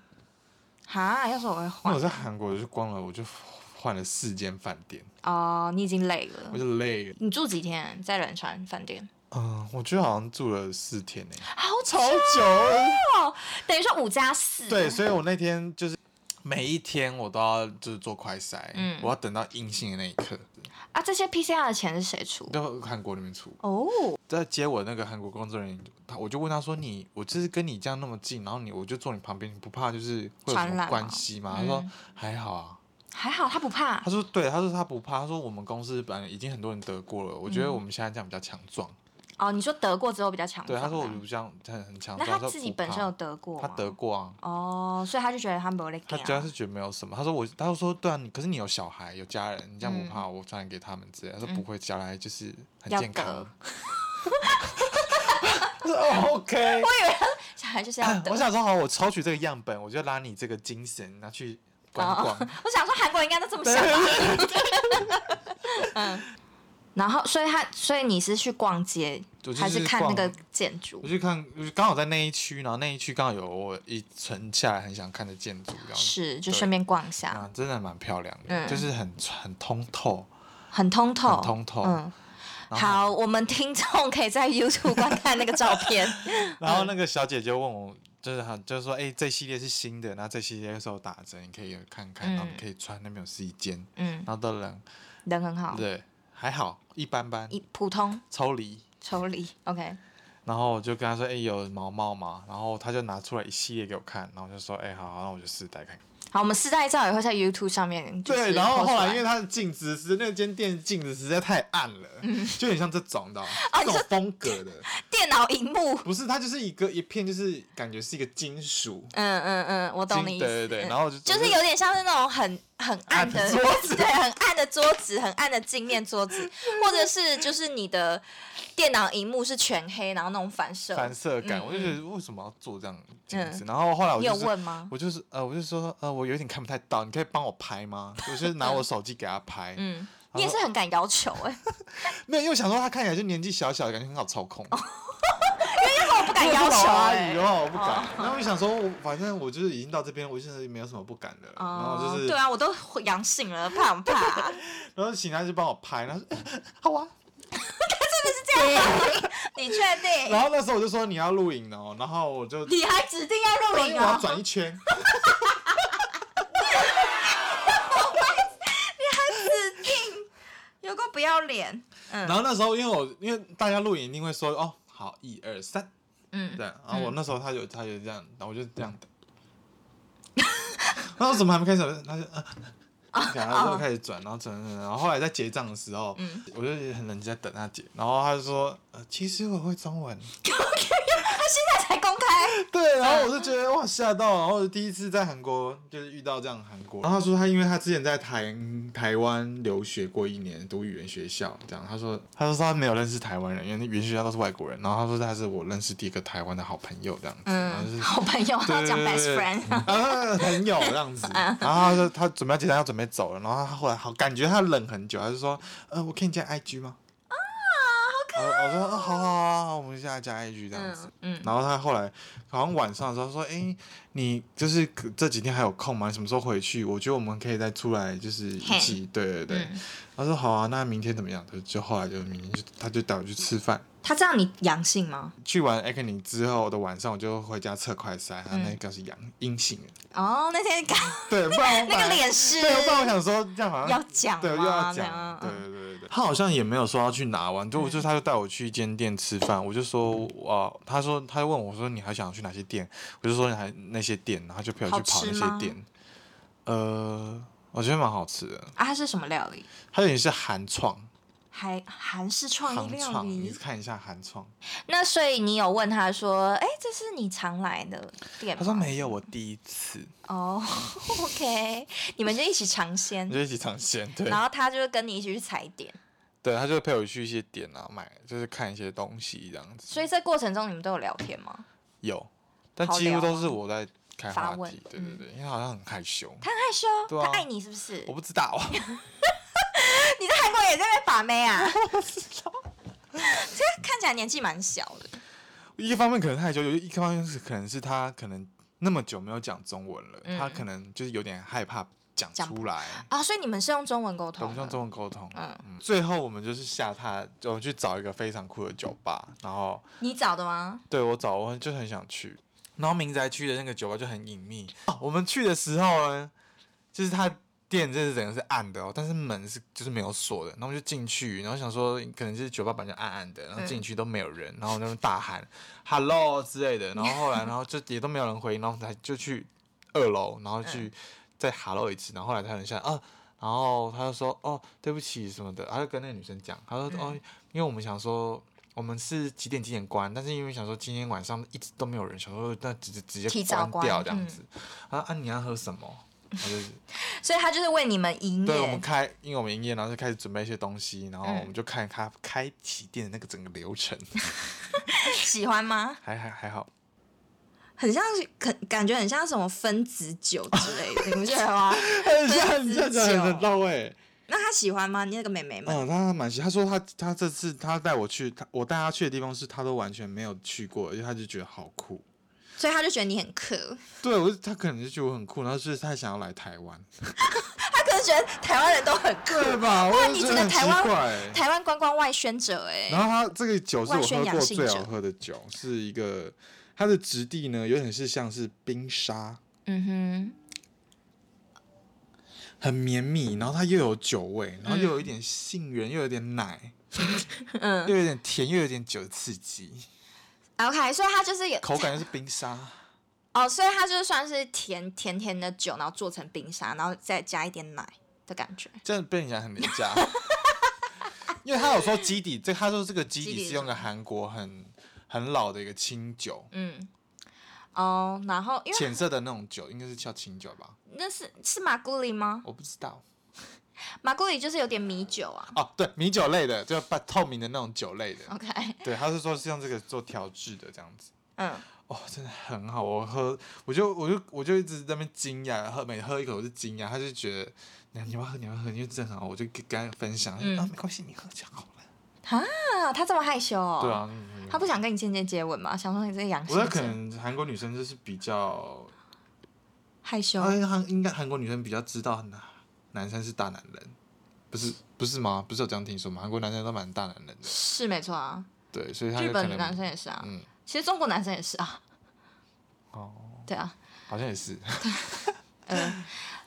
[SPEAKER 2] 哈，要是我会
[SPEAKER 1] 那我
[SPEAKER 2] 换
[SPEAKER 1] 在韩国我就逛了，我就 [laughs] 换了四间饭店，
[SPEAKER 2] 哦，你已经累了
[SPEAKER 1] 我。就累了。
[SPEAKER 2] 你住几天在仁川饭店？
[SPEAKER 1] 嗯，我觉得好像住了四天呢、
[SPEAKER 2] 好
[SPEAKER 1] 超久了。
[SPEAKER 2] 等于说五加
[SPEAKER 1] [laughs]
[SPEAKER 2] 四。
[SPEAKER 1] 对，所以我那天就是每一天我都要就是做快筛，
[SPEAKER 2] 嗯
[SPEAKER 1] 我要等到阴性的那一刻，
[SPEAKER 2] 啊，这些 PCR 的钱是谁出？
[SPEAKER 1] 就韩国那边出。
[SPEAKER 2] 哦，
[SPEAKER 1] 在接我那个韩国工作人员，他我就问他说你：“我就是跟你这样那么近，然后你我就坐你旁边，你不怕就是会有
[SPEAKER 2] 传
[SPEAKER 1] 什么
[SPEAKER 2] 染
[SPEAKER 1] 关
[SPEAKER 2] 吗
[SPEAKER 1] 系吗？”
[SPEAKER 2] 嗯
[SPEAKER 1] 他说：“还好啊。
[SPEAKER 2] 还好他不”怕
[SPEAKER 1] 他。说：“对，他说他不怕。他说我们公司本来已经很多人得过了，我觉得我们现在这样比较强壮。
[SPEAKER 2] 哦，你说得过之后比较强
[SPEAKER 1] 对，
[SPEAKER 2] 壮
[SPEAKER 1] 他
[SPEAKER 2] 啊。
[SPEAKER 1] 说我们这样很很强
[SPEAKER 2] 那
[SPEAKER 1] 壮。
[SPEAKER 2] 他
[SPEAKER 1] 说
[SPEAKER 2] 自己
[SPEAKER 1] 不
[SPEAKER 2] 本身
[SPEAKER 1] 怕
[SPEAKER 2] 有得过
[SPEAKER 1] 他
[SPEAKER 2] 吗啊
[SPEAKER 1] 得过啊。
[SPEAKER 2] 哦，所以他就觉得他没力
[SPEAKER 1] 他主要是觉得没有什么，他说我，他就说对啊，你可是你有小孩有家人，你这样不怕我传染给他们之类的，他说不会，小孩就是很
[SPEAKER 2] 嗯要
[SPEAKER 1] 健康 [laughs]
[SPEAKER 2] 得。
[SPEAKER 1] 我说哦
[SPEAKER 2] [laughs]
[SPEAKER 1] OK，
[SPEAKER 2] 小孩就
[SPEAKER 1] [laughs]
[SPEAKER 2] 是要得
[SPEAKER 1] 我。想说好，我抽取这个样本，我就拉你这个精神拿去观光。
[SPEAKER 2] 哦 [laughs] 我想说韩国人应该都这么想吧。嗯
[SPEAKER 1] 对，
[SPEAKER 2] [laughs] 然后，所以他，所以你是去逛街
[SPEAKER 1] 我就
[SPEAKER 2] 还是
[SPEAKER 1] 是
[SPEAKER 2] 看那
[SPEAKER 1] 逛
[SPEAKER 2] 个建筑
[SPEAKER 1] 我？去看，我就刚好在那一区，然后那一区刚好有我一存下来很想看的建筑，这样子
[SPEAKER 2] 是，就
[SPEAKER 1] 对
[SPEAKER 2] 顺便逛一下。
[SPEAKER 1] 啊，真的蛮漂亮的，
[SPEAKER 2] 嗯
[SPEAKER 1] 就是很很通透。
[SPEAKER 2] 很通透，
[SPEAKER 1] 很通透
[SPEAKER 2] 嗯，
[SPEAKER 1] 然后
[SPEAKER 2] 好，我们听众可以在 YouTube 观看那个照片。 [laughs]
[SPEAKER 1] [laughs] 然后
[SPEAKER 2] 嗯
[SPEAKER 1] 那个小姐姐问我，就是她就是说，哎、这系列是新的，然后这系列是有打折，你可以看看，然后你可以穿，那边有试衣间，
[SPEAKER 2] 嗯，
[SPEAKER 1] 然后都冷，
[SPEAKER 2] 人很好，
[SPEAKER 1] 对，还好，一般般，
[SPEAKER 2] 一普通
[SPEAKER 1] 抽离。
[SPEAKER 2] 抽离。OK，
[SPEAKER 1] 然后我就跟她说，哎、有毛毛嘛，然后她就拿出来一系列给我看，然后我就说，哎、好好，那我就试戴看看。
[SPEAKER 2] 好，我们试戴照也会在 YouTube 上面就是
[SPEAKER 1] 对，然后
[SPEAKER 2] post
[SPEAKER 1] 后来因为
[SPEAKER 2] 出
[SPEAKER 1] 它的镜子是那间店镜子实在太暗了，
[SPEAKER 2] 嗯
[SPEAKER 1] 就很像这种的，
[SPEAKER 2] 啊
[SPEAKER 1] 这种风格的，
[SPEAKER 2] 电脑荧幕，
[SPEAKER 1] 不是它就是一个一片，就是感觉是一个金属。
[SPEAKER 2] 嗯嗯嗯，我懂你意
[SPEAKER 1] 金对
[SPEAKER 2] 思。
[SPEAKER 1] 对对，
[SPEAKER 2] 嗯
[SPEAKER 1] 然后就
[SPEAKER 2] 就是有点像是那种很很暗的
[SPEAKER 1] 暗的桌子
[SPEAKER 2] 对，很暗的桌子，很暗的镜面桌子，或者是就是你的电脑荧幕是全黑，然后那种反射。
[SPEAKER 1] 反射感，
[SPEAKER 2] 嗯
[SPEAKER 1] 我就觉得为什么要做这样镜子？然后后来我
[SPEAKER 2] 你
[SPEAKER 1] 就
[SPEAKER 2] 有
[SPEAKER 1] 是
[SPEAKER 2] 问吗？
[SPEAKER 1] 我就是呃，我就说呃，我有点看不太到，你可以帮我拍吗？我就是
[SPEAKER 2] [laughs]
[SPEAKER 1] 拿我手机给他拍，
[SPEAKER 2] 嗯，
[SPEAKER 1] 他
[SPEAKER 2] 你也是
[SPEAKER 1] 说
[SPEAKER 2] 很敢要求哎、
[SPEAKER 1] [laughs] 没有，因为我想说他看起来就年纪小小的，感觉很好操控。
[SPEAKER 2] 我不敢要求、
[SPEAKER 1] 老阿
[SPEAKER 2] 哦哎。
[SPEAKER 1] 姨哦，我不敢。然后我想说，我反正我就是已经到这边，我现在也没有什么不敢的了。然后我就是
[SPEAKER 2] 哦对，啊，我都阳性了，怕不怕？
[SPEAKER 1] 然后请他去帮我拍，然后说
[SPEAKER 2] [laughs]
[SPEAKER 1] [laughs] 好啊。
[SPEAKER 2] 你确
[SPEAKER 1] [laughs]
[SPEAKER 2] 定？
[SPEAKER 1] 然后那时候我就说你要录影哦，然后我就
[SPEAKER 2] 你还指定要
[SPEAKER 1] 因
[SPEAKER 2] 录
[SPEAKER 1] 为
[SPEAKER 2] 影
[SPEAKER 1] 我要
[SPEAKER 2] 啊？
[SPEAKER 1] 转一圈，
[SPEAKER 2] 指定，有个不要脸。嗯
[SPEAKER 1] 然后那时候因为我因为大家录影一定会说哦，好一二三。
[SPEAKER 2] 嗯，
[SPEAKER 1] 对，然后我那时候他有他有
[SPEAKER 2] [laughs]
[SPEAKER 1] 这样，然后我就这样的。他说怎么还没开始？他就、呃、
[SPEAKER 2] 哦
[SPEAKER 1] 然后就开始转，然后转转，转然后后来在结账的时候，
[SPEAKER 2] 嗯
[SPEAKER 1] 我就很冷静在等他结，然后他就说，呃，其实我会中文，
[SPEAKER 2] 他现在才公开，
[SPEAKER 1] 对，然后我就觉得哇吓到，然后我就第一次在韩国就是遇到这样的韩国人，然后他说他因为他之前在台台湾留学过一年，读语言学校这样，他说他说他没有认识台湾人，因为语言学校都是外国人，然后他说他是我认识第一个台湾的好朋友这样子，然后就是
[SPEAKER 2] 嗯，好朋友，他要
[SPEAKER 1] 对
[SPEAKER 2] 讲
[SPEAKER 1] 对
[SPEAKER 2] best
[SPEAKER 1] 对
[SPEAKER 2] friend，嗯
[SPEAKER 1] 啊，朋友这样子。然后他说他准备要结账，要准备走了，然后他后来好感觉他冷很久，他就说，呃，我可以加 IG 吗？啊，好可爱！我说，哦，好好好好，我们现在加 IG 这样子。
[SPEAKER 2] 嗯嗯
[SPEAKER 1] 然后他后来好像晚上的时候说，哎、你就是这几天还有空吗？你什么时候回去？我觉得我们可以再出来，就是一起。对对对。
[SPEAKER 2] 嗯
[SPEAKER 1] 他说好啊，那明天怎么样？就就后来就明天就他就带我去吃饭。
[SPEAKER 2] 他知道你阳性吗？
[SPEAKER 1] 去完 Acne 之后的晚上，我就回家测快筛，
[SPEAKER 2] 嗯
[SPEAKER 1] 他那个是阳阴性的。
[SPEAKER 2] 哦，那天刚
[SPEAKER 1] 对，不然我
[SPEAKER 2] [laughs] 那
[SPEAKER 1] 本来
[SPEAKER 2] 个脸
[SPEAKER 1] 嗯
[SPEAKER 2] 是
[SPEAKER 1] 对，不然我想说这样好像
[SPEAKER 2] 要讲
[SPEAKER 1] 啊对，又
[SPEAKER 2] 吗
[SPEAKER 1] 要
[SPEAKER 2] 这
[SPEAKER 1] 讲
[SPEAKER 2] 样，嗯
[SPEAKER 1] 对对对对。他好像也没有说要去哪玩，就我就他就带我去一间店吃饭，我就说啊，他说他就问我说你还想去哪些店，我就说你还那些店，然后他就陪我去
[SPEAKER 2] 好
[SPEAKER 1] 跑
[SPEAKER 2] 吃
[SPEAKER 1] 那
[SPEAKER 2] 吗
[SPEAKER 1] 些店，呃，我觉得蛮好吃的，
[SPEAKER 2] 啊，它是什么料理？
[SPEAKER 1] 它有点是韩创，
[SPEAKER 2] 还韩式创意
[SPEAKER 1] 韩
[SPEAKER 2] 哦料
[SPEAKER 1] 创，你
[SPEAKER 2] 理。
[SPEAKER 1] 看一下韩创，
[SPEAKER 2] 那所以你有问他说，哎，这是你常来的店吗？
[SPEAKER 1] 他说没有，我第一次，
[SPEAKER 2] 哦、o [laughs] k 你们就一起尝鲜
[SPEAKER 1] 我，就一起尝鲜，对
[SPEAKER 2] 然后他就跟你一起去踩点，
[SPEAKER 1] 对，他就陪我去一些店啊，买就是看一些东西这样子，
[SPEAKER 2] 所以在过程中你们都有聊天吗？
[SPEAKER 1] 有，但
[SPEAKER 2] 好
[SPEAKER 1] 几
[SPEAKER 2] 聊
[SPEAKER 1] 乎都
[SPEAKER 2] 吗
[SPEAKER 1] 是我在开
[SPEAKER 2] 发
[SPEAKER 1] 话
[SPEAKER 2] 问嗯
[SPEAKER 1] 题，对对对，因为好像很害羞，
[SPEAKER 2] 他很害羞，
[SPEAKER 1] 对啊
[SPEAKER 2] 他爱你是不是？
[SPEAKER 1] 我不知道，
[SPEAKER 2] [laughs]
[SPEAKER 1] 啊
[SPEAKER 2] 你在韩国也在那边把妹
[SPEAKER 1] [laughs]
[SPEAKER 2] 啊？这看起来年纪蛮小的，
[SPEAKER 1] [laughs] 一个方面可能害羞，有一个方面是可能是他可能那么久没有讲中文了，他
[SPEAKER 2] 嗯
[SPEAKER 1] 可能就是有点害怕讲
[SPEAKER 2] 讲不
[SPEAKER 1] 出来，
[SPEAKER 2] 啊，所以你们是用中文沟
[SPEAKER 1] 我
[SPEAKER 2] 通
[SPEAKER 1] 们
[SPEAKER 2] 的，
[SPEAKER 1] 用中文沟通。
[SPEAKER 2] 嗯
[SPEAKER 1] 嗯，最后我们就是下榻，我们去找一个非常酷的酒吧，然后
[SPEAKER 2] 你找的吗？
[SPEAKER 1] 对我找我就很想去，然后民宅区的那个酒吧就很隐秘。哦我们去的时候呢，就是他店这是整个是暗的哦，但是门是就是没有锁的，然后我们就进去，然后想说可能就是酒吧本来就暗暗的，然后进去都没有人，然后我那边大喊 “hello” 之类的，然后后来然后就也都没有人回应，然后才就去二楼，然后去再 “hello” 一次，然后后来才有人下来啊。然后他就说：“哦，对不起什么的。”他就跟那个女生讲，他说：“哦，因为我们想说我们是几点几点关，但是因为想说今天晚上一直都没有人，想说那直接直接
[SPEAKER 2] 提早
[SPEAKER 1] 关掉
[SPEAKER 2] 关
[SPEAKER 1] 这样
[SPEAKER 2] 嗯
[SPEAKER 1] 子。啊啊，你要喝什么？ [laughs] 他就是
[SPEAKER 2] 所以他就是为你们营
[SPEAKER 1] 对，我们
[SPEAKER 2] 业，
[SPEAKER 1] 开，因为我们营业，然后就开始准备一些东西，然后
[SPEAKER 2] 嗯
[SPEAKER 1] 我们就看他开启店的那个整个流 [laughs] 程，
[SPEAKER 2] [laughs] 喜欢吗？
[SPEAKER 1] 还还还好，
[SPEAKER 2] 很像是，感感觉很像什么分子酒之类的，你不觉
[SPEAKER 1] [laughs]
[SPEAKER 2] 得吗？
[SPEAKER 1] 啊很
[SPEAKER 2] 像
[SPEAKER 1] 像
[SPEAKER 2] 很
[SPEAKER 1] 你
[SPEAKER 2] 像
[SPEAKER 1] 这
[SPEAKER 2] 讲得
[SPEAKER 1] 讲
[SPEAKER 2] 很
[SPEAKER 1] 很到位。
[SPEAKER 2] 那他喜欢吗？你那个妹妹们？
[SPEAKER 1] 嗯，他还蛮喜，他说他他这次他带我去，他我带他去的地方是他都完全没有去过，因为他就觉得好酷。
[SPEAKER 2] 所以他就觉得你很酷，
[SPEAKER 1] 对，我就他可能就觉得我很酷，然后就是他想要来台湾，
[SPEAKER 2] 他可能觉得台湾人都很酷，
[SPEAKER 1] [laughs] 对吧？
[SPEAKER 2] 哇
[SPEAKER 1] 我
[SPEAKER 2] 你
[SPEAKER 1] 就觉
[SPEAKER 2] 整
[SPEAKER 1] 得
[SPEAKER 2] 个
[SPEAKER 1] 很奇
[SPEAKER 2] 台湾
[SPEAKER 1] 怪、欸
[SPEAKER 2] 台湾观光外宣者哎、
[SPEAKER 1] 嗯然后它这个酒是
[SPEAKER 2] 万
[SPEAKER 1] 我
[SPEAKER 2] 宣
[SPEAKER 1] 喝
[SPEAKER 2] 阳
[SPEAKER 1] 过
[SPEAKER 2] 性
[SPEAKER 1] 最好
[SPEAKER 2] 酒
[SPEAKER 1] 喝的酒，是一个它的质地呢，有点是像是冰沙，
[SPEAKER 2] 嗯
[SPEAKER 1] 很绵密，然后它又有酒
[SPEAKER 2] 嗯
[SPEAKER 1] 味，然后又有一点杏仁，又有点奶，
[SPEAKER 2] 哼， [laughs] 嗯
[SPEAKER 1] 又有点甜，又有点酒的刺激，
[SPEAKER 2] ，OK，所以他就是也
[SPEAKER 1] 口感又是冰
[SPEAKER 2] [laughs]
[SPEAKER 1] 沙。
[SPEAKER 2] 哦，所以它就算是甜甜甜的酒，然后做成冰沙，然后再加一点奶的感觉。
[SPEAKER 1] 这样被你讲很廉价。 [laughs] 因为他有说基底，这他说这个基
[SPEAKER 2] 基底
[SPEAKER 1] 底
[SPEAKER 2] 是
[SPEAKER 1] 是用个韩国很很老的一个清酒，
[SPEAKER 2] 嗯，哦，然后因为
[SPEAKER 1] 浅色的那种酒，应该是叫清酒吧？
[SPEAKER 2] 那是是马古里吗？
[SPEAKER 1] 我不知道。
[SPEAKER 2] 马古里就是有点米酒啊。
[SPEAKER 1] 哦，对，米酒类的，就把透明的那种酒类的。
[SPEAKER 2] OK，
[SPEAKER 1] 对，他是说是用这个做调制的这样子。
[SPEAKER 2] 嗯，
[SPEAKER 1] 哦，真的很好，我喝，我就我就我就一直在那边惊讶，喝每喝一口我就惊讶，他就觉得你你要喝你要喝，因为正好我就跟跟他分享，
[SPEAKER 2] 嗯
[SPEAKER 1] 啊没关系，你喝就好了。
[SPEAKER 2] 啊，他这么害羞哦。
[SPEAKER 1] 对。啊，嗯
[SPEAKER 2] 他不想跟你间接接吻嘛？想说你这阳
[SPEAKER 1] 我
[SPEAKER 2] 性
[SPEAKER 1] 觉得可
[SPEAKER 2] 者
[SPEAKER 1] 能韩国女生就是比较，
[SPEAKER 2] 害羞。
[SPEAKER 1] 因为韩应该韩国女生比较知道男男生是大男人，不是不是吗？不是有这样听说吗？韩国男生都蛮大男人的，
[SPEAKER 2] 是没错啊，
[SPEAKER 1] 对，所以他就
[SPEAKER 2] 日
[SPEAKER 1] 可
[SPEAKER 2] 本
[SPEAKER 1] 能
[SPEAKER 2] 的男生也是啊，
[SPEAKER 1] 嗯
[SPEAKER 2] 其实中国男生也是啊。
[SPEAKER 1] 哦，
[SPEAKER 2] 对啊，
[SPEAKER 1] 好像也是，
[SPEAKER 2] 嗯，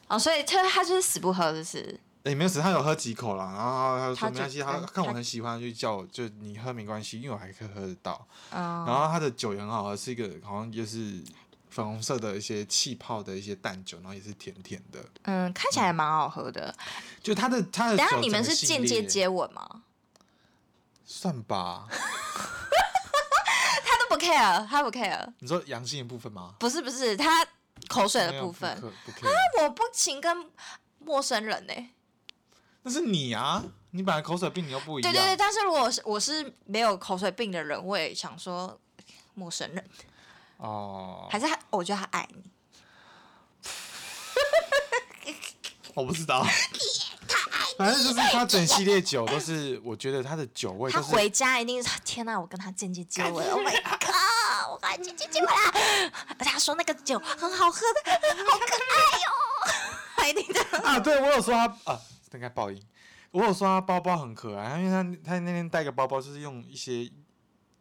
[SPEAKER 2] 哦，所以他他就是死不喝，就是
[SPEAKER 1] 哎、没有死，他有喝几口啦，然后他就说
[SPEAKER 2] 他就
[SPEAKER 1] 没关系，他
[SPEAKER 2] 嗯
[SPEAKER 1] 看我
[SPEAKER 2] 他
[SPEAKER 1] 很喜欢，就叫我就你喝没关系，因为我还可以喝得到。
[SPEAKER 2] 嗯，
[SPEAKER 1] 然后他的酒也很好喝，是一个好像就是粉红色的一些气泡的一些淡酒，然后也是甜甜的。
[SPEAKER 2] 嗯，看起来蛮好喝的。
[SPEAKER 1] 就它的它的
[SPEAKER 2] 等
[SPEAKER 1] 酒整个系列，
[SPEAKER 2] 一下你们是间接接吻吗？
[SPEAKER 1] 算吧？
[SPEAKER 2] 他都不 care，他不 care，
[SPEAKER 1] 你说阳性的部分吗？
[SPEAKER 2] 不是不是，他口水
[SPEAKER 1] 没
[SPEAKER 2] 的
[SPEAKER 1] 有
[SPEAKER 2] 部分
[SPEAKER 1] 不，可不可以，啊
[SPEAKER 2] 我不行跟陌生人呢、
[SPEAKER 1] 那是你啊！你本来口水病，你又不一
[SPEAKER 2] 对
[SPEAKER 1] 样。
[SPEAKER 2] 对对，但是如果我是我是没有口水病的人，我也想说陌生人，
[SPEAKER 1] 哦，
[SPEAKER 2] 还是他，我觉得他爱你，
[SPEAKER 1] 我不知道。反正就是它整系列酒都是，我觉得它的酒味
[SPEAKER 2] 他
[SPEAKER 1] 都是
[SPEAKER 2] 回家一定是天哪、我跟他间接接
[SPEAKER 1] [laughs]
[SPEAKER 2] 吻，Oh my god，我跟他间接接吻啦！而且他说那个酒很好喝的，好可爱哟、 [laughs] 他一定这
[SPEAKER 1] [laughs]
[SPEAKER 2] 样
[SPEAKER 1] 啊，对我有说他啊，应该爆音。我有说他包包很可爱，因为他他那天带个包包，就是用一些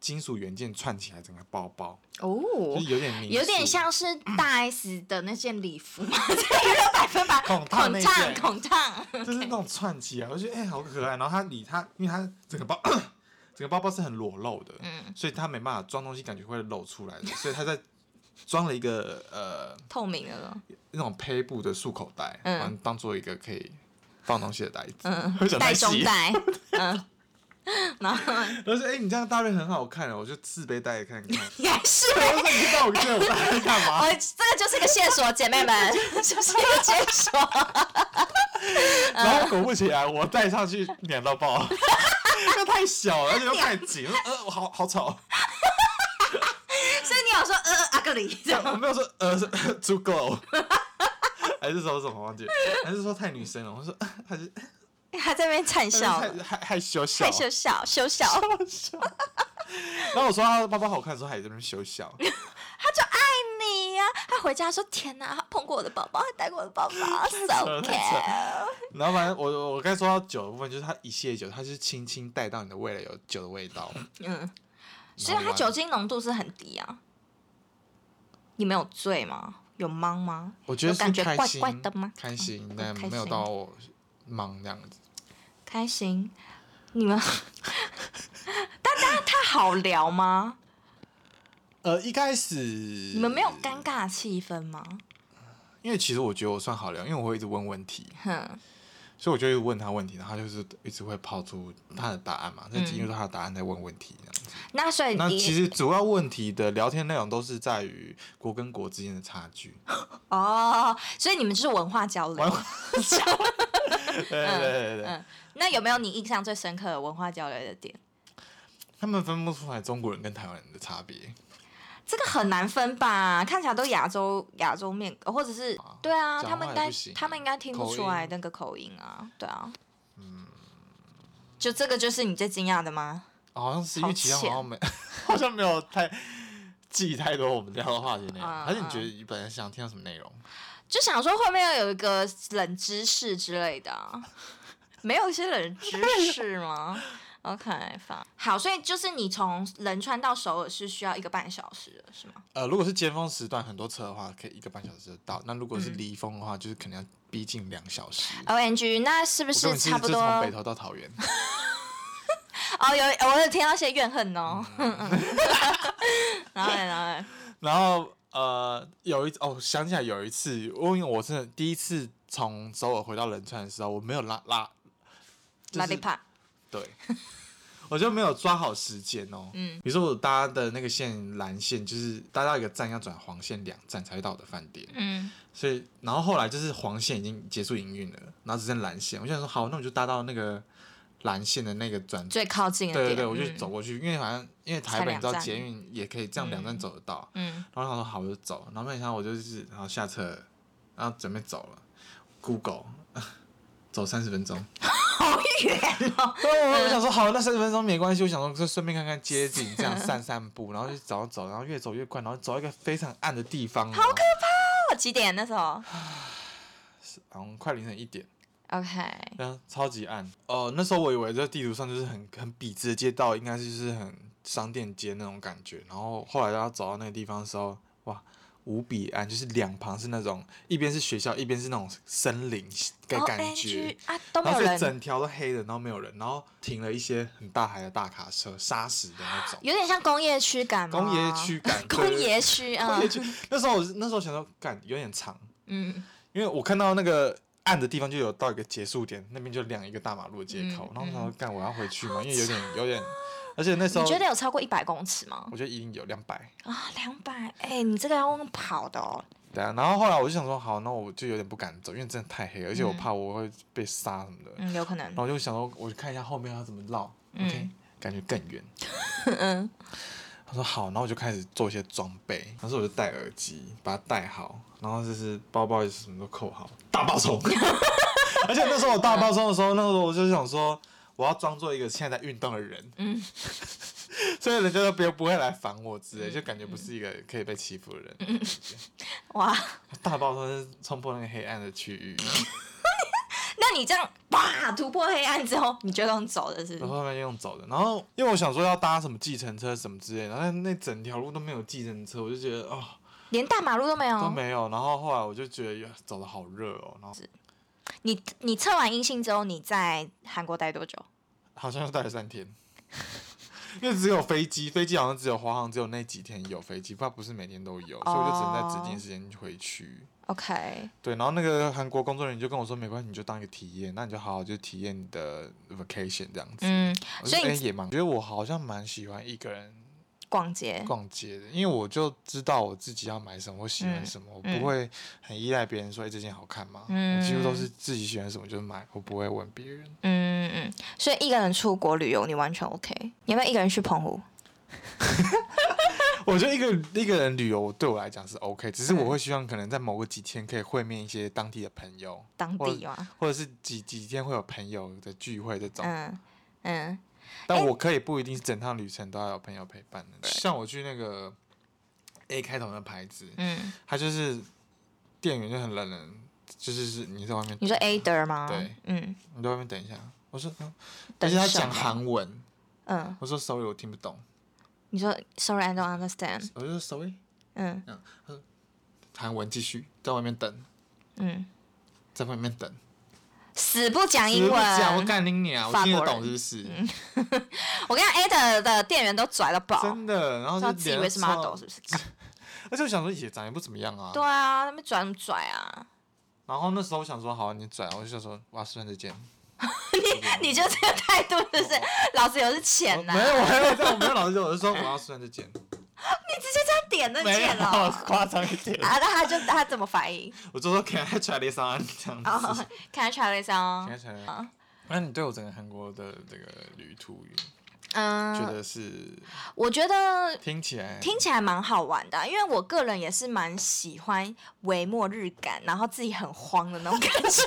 [SPEAKER 1] 金属元件串起来整个包包，就
[SPEAKER 2] 哦
[SPEAKER 1] 是。有嗯点民
[SPEAKER 2] 有点
[SPEAKER 1] 宿
[SPEAKER 2] 像是大 S 的那件礼服嘛， [laughs] 有百分百
[SPEAKER 1] 孔
[SPEAKER 2] 烫
[SPEAKER 1] 烫那件
[SPEAKER 2] 孔烫，
[SPEAKER 1] 就是那种串起来，我觉得哎、好可爱。然后它里它，因为它整个包整个包包是很裸露的，
[SPEAKER 2] 嗯
[SPEAKER 1] 所以它没办法装东西，感觉会露出来的，所以它在装了一个呃
[SPEAKER 2] 透明的了，
[SPEAKER 1] 那种胚布的束口袋，
[SPEAKER 2] 嗯
[SPEAKER 1] 嗯，当做一个可以放东西的袋子，
[SPEAKER 2] 嗯
[SPEAKER 1] 会想，
[SPEAKER 2] 带
[SPEAKER 1] 太
[SPEAKER 2] 胸
[SPEAKER 1] 细 [laughs]
[SPEAKER 2] 带，嗯，然后
[SPEAKER 1] 我就说哎、你这样搭配很好看，哦我就自卑带看看。
[SPEAKER 2] 也是
[SPEAKER 1] 对，我说你知道我这有在干
[SPEAKER 2] 我
[SPEAKER 1] 嘛？
[SPEAKER 2] 这个就是一个线索，姐妹们， [laughs] 就是一个线
[SPEAKER 1] [laughs]
[SPEAKER 2] 索。嗯
[SPEAKER 1] 然后果不其然，我戴上去脸到爆， [laughs] 又太小了，而且又太紧，
[SPEAKER 2] [laughs]
[SPEAKER 1] 我说呃，我好好吵。
[SPEAKER 2] 所以你有说呃阿格里这
[SPEAKER 1] 我
[SPEAKER 2] 样，
[SPEAKER 1] 没有说呃是足够， [laughs] 还是说什么忘记了，还是说太女生了？我说呃还是
[SPEAKER 2] 还在那边
[SPEAKER 1] [laughs]
[SPEAKER 2] 灿笑
[SPEAKER 1] 还，是太害害羞笑
[SPEAKER 2] 害，羞笑，羞笑，
[SPEAKER 1] 然后我说她包包好看的时候，还在那边羞笑。
[SPEAKER 2] [laughs] 他就爱你呀、他回家说天哪，他碰过我的宝宝，他带过我的宝宝，so
[SPEAKER 1] 了 [laughs] 太
[SPEAKER 2] care。
[SPEAKER 1] 然后反正我我刚才说到酒的部分，就是它一系列酒，它是轻轻带到你的味蕾有酒的味道，
[SPEAKER 2] 嗯，所以
[SPEAKER 1] 好
[SPEAKER 2] 它
[SPEAKER 1] 吧
[SPEAKER 2] 酒精浓度是很低啊。你没有醉吗？有懵吗？
[SPEAKER 1] 我觉得
[SPEAKER 2] 有感
[SPEAKER 1] 是
[SPEAKER 2] 觉
[SPEAKER 1] 开
[SPEAKER 2] 怪
[SPEAKER 1] 心
[SPEAKER 2] 怪的吗
[SPEAKER 1] 开心
[SPEAKER 2] 嗯，
[SPEAKER 1] 但
[SPEAKER 2] 开
[SPEAKER 1] 没有
[SPEAKER 2] 心
[SPEAKER 1] 到我忙这样子。
[SPEAKER 2] 开心，你们， [laughs] 大家他好聊吗？
[SPEAKER 1] 呃，一开始
[SPEAKER 2] 你
[SPEAKER 1] 你
[SPEAKER 2] 们没有尴尬气氛吗？
[SPEAKER 1] 因为其实我觉得我算好聊，因为我会一直问问题，
[SPEAKER 2] 哼，
[SPEAKER 1] 所以我就会问他问题，然后他就是一直会抛出他的答案嘛，再
[SPEAKER 2] 嗯
[SPEAKER 1] 进入他的答案再问问题这样子。
[SPEAKER 2] 那所以
[SPEAKER 1] 那
[SPEAKER 2] 你
[SPEAKER 1] 其实主要问题的聊天内容都是在于国跟国之间的差距。
[SPEAKER 2] [laughs] 嗯哦，所以你们就是文化交流
[SPEAKER 1] 文。对对对对对，
[SPEAKER 2] 嗯，那有没有你印象最深刻的文化交流的点？
[SPEAKER 1] 他们分不出来中国人跟台湾人的差别。
[SPEAKER 2] 这个很难分吧？看起来都亚洲亚洲面，呃或者是
[SPEAKER 1] 啊
[SPEAKER 2] 对啊，
[SPEAKER 1] 讲
[SPEAKER 2] 他
[SPEAKER 1] 话
[SPEAKER 2] 们应
[SPEAKER 1] 也
[SPEAKER 2] 该
[SPEAKER 1] 不行
[SPEAKER 2] 他们应该听不
[SPEAKER 1] 口
[SPEAKER 2] 出来
[SPEAKER 1] 音嗯
[SPEAKER 2] 那个口音啊，对啊。就这个就是你最惊讶的吗？
[SPEAKER 1] 好像是因
[SPEAKER 2] 好
[SPEAKER 1] 为其他好
[SPEAKER 2] 浅
[SPEAKER 1] 像没， [laughs] 好像没有太记太多我们聊的话题内容。
[SPEAKER 2] 嗯
[SPEAKER 1] 还是你
[SPEAKER 2] 嗯
[SPEAKER 1] 觉得你本来想听到什么内容？
[SPEAKER 2] 就想说后面有一个冷知识之类
[SPEAKER 1] [laughs]
[SPEAKER 2] 的、啊，没有一些冷知识吗？OK，fine 好，所以就是你从仁川到首尔是需要一个半小时的，是吗？
[SPEAKER 1] 呃，如果是尖峰时段很多车的话，可以一个半小时就到；那如果是
[SPEAKER 2] 嗯
[SPEAKER 1] 离峰的话，就是可能要逼近两小时。
[SPEAKER 2] O N G，那是不
[SPEAKER 1] 嗯我根
[SPEAKER 2] 是
[SPEAKER 1] 本其
[SPEAKER 2] 差
[SPEAKER 1] 实
[SPEAKER 2] 不
[SPEAKER 1] 就是
[SPEAKER 2] 多？
[SPEAKER 1] 从北投到桃园。 [laughs]
[SPEAKER 2] 哦，有我有听到一些怨恨哦。
[SPEAKER 1] 嗯
[SPEAKER 2] [laughs] 然后嘞，然后嘞，
[SPEAKER 1] 然后呃，有一哦，想起来有一次，因为我真的第一次从首尔回到仁川的时候，我没有拉拉，就
[SPEAKER 2] 拉
[SPEAKER 1] 是
[SPEAKER 2] 力帕，
[SPEAKER 1] 对， [laughs] 我就没有抓好时间哦。
[SPEAKER 2] 嗯
[SPEAKER 1] 比如说我搭的那个线蓝线，就是搭到一个站要转黄线两站才会到我的饭店，
[SPEAKER 2] 嗯
[SPEAKER 1] 所以然后后来就是黄线已经结束营运了，然后只剩蓝线，我就想说好，那我就搭到那个蓝线的那个转。
[SPEAKER 2] 最靠近的
[SPEAKER 1] 对对
[SPEAKER 2] 点。
[SPEAKER 1] 对，我就
[SPEAKER 2] 嗯
[SPEAKER 1] 走。过去，因为好像因为台
[SPEAKER 2] 才
[SPEAKER 1] 北你知道
[SPEAKER 2] 两站
[SPEAKER 1] 捷运也可以这样两站走得到，
[SPEAKER 2] 嗯，
[SPEAKER 1] 然后他说好，我就走。然后没想到我就是，然后下车了，然后准备走了，Google 走三十分钟。
[SPEAKER 2] [laughs] 好远哦。
[SPEAKER 1] 然后我我想说好，那三十分钟没关系，我想说就顺便看看街景，这样散散步，然后就走走，然后越走越快，然后走到一个非常暗的地方，好可
[SPEAKER 2] 哦几点那时候
[SPEAKER 1] 怕，好像快凌晨一点，
[SPEAKER 2] ？OK，
[SPEAKER 1] 然后啊超级暗。哦、那时候我以为这地图上就是很很笔直的街道，应该是就是很商店街那种感觉，然后后来要走到那个地方的时候，哇，无比岸，就是两旁是那种一边是学校，一边是那种森林的感觉。
[SPEAKER 2] OMG 哦啊都没
[SPEAKER 1] 然后所以
[SPEAKER 2] 有人
[SPEAKER 1] 整条都黑的，然后没有人，然后停了一些很大台的大卡车，砂石的那种。
[SPEAKER 2] 有点像工业区感吗？
[SPEAKER 1] 工业区感
[SPEAKER 2] [laughs] 工业区啊，
[SPEAKER 1] 我也觉得那时候我是那时候想说，干有点长，
[SPEAKER 2] 嗯，
[SPEAKER 1] 因为我看到那个暗的地方就有到一个结束点，那边就亮一个大马路的街口然
[SPEAKER 2] 嗯，
[SPEAKER 1] 后我想说，干我要回去嘛，因为有点有
[SPEAKER 2] [laughs]
[SPEAKER 1] 点，而且那时候
[SPEAKER 2] 你觉得有超过一百公尺吗？
[SPEAKER 1] 我觉得一定有两百，
[SPEAKER 2] 啊，两百，哎，你这个要用跑的哦，
[SPEAKER 1] 对啊，然后后来我就想说，好，那我就有点不敢走，因为真的太黑了，而且我
[SPEAKER 2] 嗯
[SPEAKER 1] 怕我会被杀什么的，
[SPEAKER 2] 嗯，有可能
[SPEAKER 1] 然，后我就想说，我就看一下后面要怎么绕、
[SPEAKER 2] 嗯
[SPEAKER 1] o k 感觉更
[SPEAKER 2] [laughs]
[SPEAKER 1] 远。他说好，然后我就开始做一些装备，当时我就戴耳机，把它戴好，然后就是包包也是什么都扣好，大爆
[SPEAKER 2] [laughs]
[SPEAKER 1] 冲。而且那时候我大爆冲的时候，那时候我就想说，我要装作一个现在在运动的人，
[SPEAKER 2] 嗯，
[SPEAKER 1] 所以人家都不不会来烦我之
[SPEAKER 2] 嗯
[SPEAKER 1] 类，就感觉不是一个可以被欺负的人。
[SPEAKER 2] 哇， [laughs]
[SPEAKER 1] 大爆冲是冲破那个黑暗的区域，
[SPEAKER 2] 那你这样哇突破黑暗之后，你就用走的是
[SPEAKER 1] 然
[SPEAKER 2] 不是？
[SPEAKER 1] 后后面用走的，然后因为我想说要搭什么计程车什么之类的，然后那整条路都没有计程车，我就觉得哦
[SPEAKER 2] 连大马路都没有，
[SPEAKER 1] 都没有，然后后来我就觉得呀走的好热哦，然后
[SPEAKER 2] 你你测完阴性之后，你在韩国待多久？
[SPEAKER 1] 好像又待了三天， [laughs] 因为只有飞机，飞机好像只有华航只有那几天有飞机，它不是每天都有，所以我
[SPEAKER 2] 哦
[SPEAKER 1] 就只能在指定的时间回去。
[SPEAKER 2] OK，
[SPEAKER 1] 对，然后那个韩国工作人员就跟我说，没关系，你就当一个体验，那你就好好就体验你的 vacation 这样子。
[SPEAKER 2] 嗯，
[SPEAKER 1] 我
[SPEAKER 2] 所
[SPEAKER 1] 就
[SPEAKER 2] 以
[SPEAKER 1] 哎
[SPEAKER 2] 你
[SPEAKER 1] 也蛮，觉得我好像蛮喜欢一个人
[SPEAKER 2] 逛街，
[SPEAKER 1] 逛街的，因为我就知道我自己要买什么，我喜欢什么，
[SPEAKER 2] 嗯
[SPEAKER 1] 我不会很依赖别人说哎这件好看吗？
[SPEAKER 2] 嗯
[SPEAKER 1] 我几乎都是自己喜欢什么就买，我不会问别人。
[SPEAKER 2] 嗯嗯嗯，所以一个人出国旅游你完全 OK。你要不要一个人去澎湖？
[SPEAKER 1] 我觉得一个一个人旅游对我来讲是 OK，只是
[SPEAKER 2] 嗯
[SPEAKER 1] 我会希望可能在某个几天可以会面一些当地的朋友，
[SPEAKER 2] 当
[SPEAKER 1] 或
[SPEAKER 2] 地啊吗？
[SPEAKER 1] 或者是几几天会有朋友的聚会这种。
[SPEAKER 2] 嗯嗯，
[SPEAKER 1] 但我可以不一定是整趟旅程都要有朋友陪伴的，像我去那个 A 开头的牌子，
[SPEAKER 2] 嗯，
[SPEAKER 1] 它就是店员就很冷人，就是是你在外面，
[SPEAKER 2] 你说 Ader 吗？
[SPEAKER 1] 对，
[SPEAKER 2] 嗯
[SPEAKER 1] 你在外面等一下。我说，嗯而
[SPEAKER 2] 等
[SPEAKER 1] 且他
[SPEAKER 2] 什
[SPEAKER 1] 讲
[SPEAKER 2] 么
[SPEAKER 1] 韩文，
[SPEAKER 2] 嗯，
[SPEAKER 1] 我说 sorry 我听不懂，
[SPEAKER 2] 你说 Sorry I don't understand。
[SPEAKER 1] 我就说 sorry，
[SPEAKER 2] 嗯
[SPEAKER 1] 韩文继续在外面等，
[SPEAKER 2] 嗯，
[SPEAKER 1] 在外面等。
[SPEAKER 2] 死不讲英
[SPEAKER 1] 不
[SPEAKER 2] 文。
[SPEAKER 1] 讲我干你娘，我
[SPEAKER 2] 法
[SPEAKER 1] 听得
[SPEAKER 2] 国
[SPEAKER 1] 懂
[SPEAKER 2] 人嗯
[SPEAKER 1] 是不是？
[SPEAKER 2] 我跟你讲，Ader 的店员都拽到爆，
[SPEAKER 1] 真的，然后
[SPEAKER 2] 他
[SPEAKER 1] 就
[SPEAKER 2] 自以
[SPEAKER 1] 脸
[SPEAKER 2] 为
[SPEAKER 1] 都
[SPEAKER 2] 是
[SPEAKER 1] 超
[SPEAKER 2] model 是不是？
[SPEAKER 1] 而且我想说也长得不怎么样啊。
[SPEAKER 2] 对啊，那边拽那么拽啊？
[SPEAKER 1] [laughs] 然后那时候我想说，好，你转，我就想说，哇，算再见。
[SPEAKER 2] 你就这个态度，就是老子有是啊
[SPEAKER 1] 我
[SPEAKER 2] 钱呐、
[SPEAKER 1] 没有，我没有这样，我没有老师，我就说我要算再见，
[SPEAKER 2] 你直接这样点的
[SPEAKER 1] 没
[SPEAKER 2] 见
[SPEAKER 1] 有
[SPEAKER 2] 了哦。
[SPEAKER 1] 夸张一点，
[SPEAKER 2] 啊，那他就他怎么反应？
[SPEAKER 1] 我就说 Can I try this on 这样
[SPEAKER 2] 哦
[SPEAKER 1] 子。
[SPEAKER 2] [laughs] 看他 try 了一下
[SPEAKER 1] Can
[SPEAKER 2] 哦
[SPEAKER 1] I。try this on？那你对我整个韩国的这个旅途觉
[SPEAKER 2] 嗯，
[SPEAKER 1] 得是
[SPEAKER 2] 我觉得
[SPEAKER 1] 听起来
[SPEAKER 2] 听起来蛮好玩的啊，因为我个人也是蛮喜欢微末日感，然后自己很慌的那种感觉，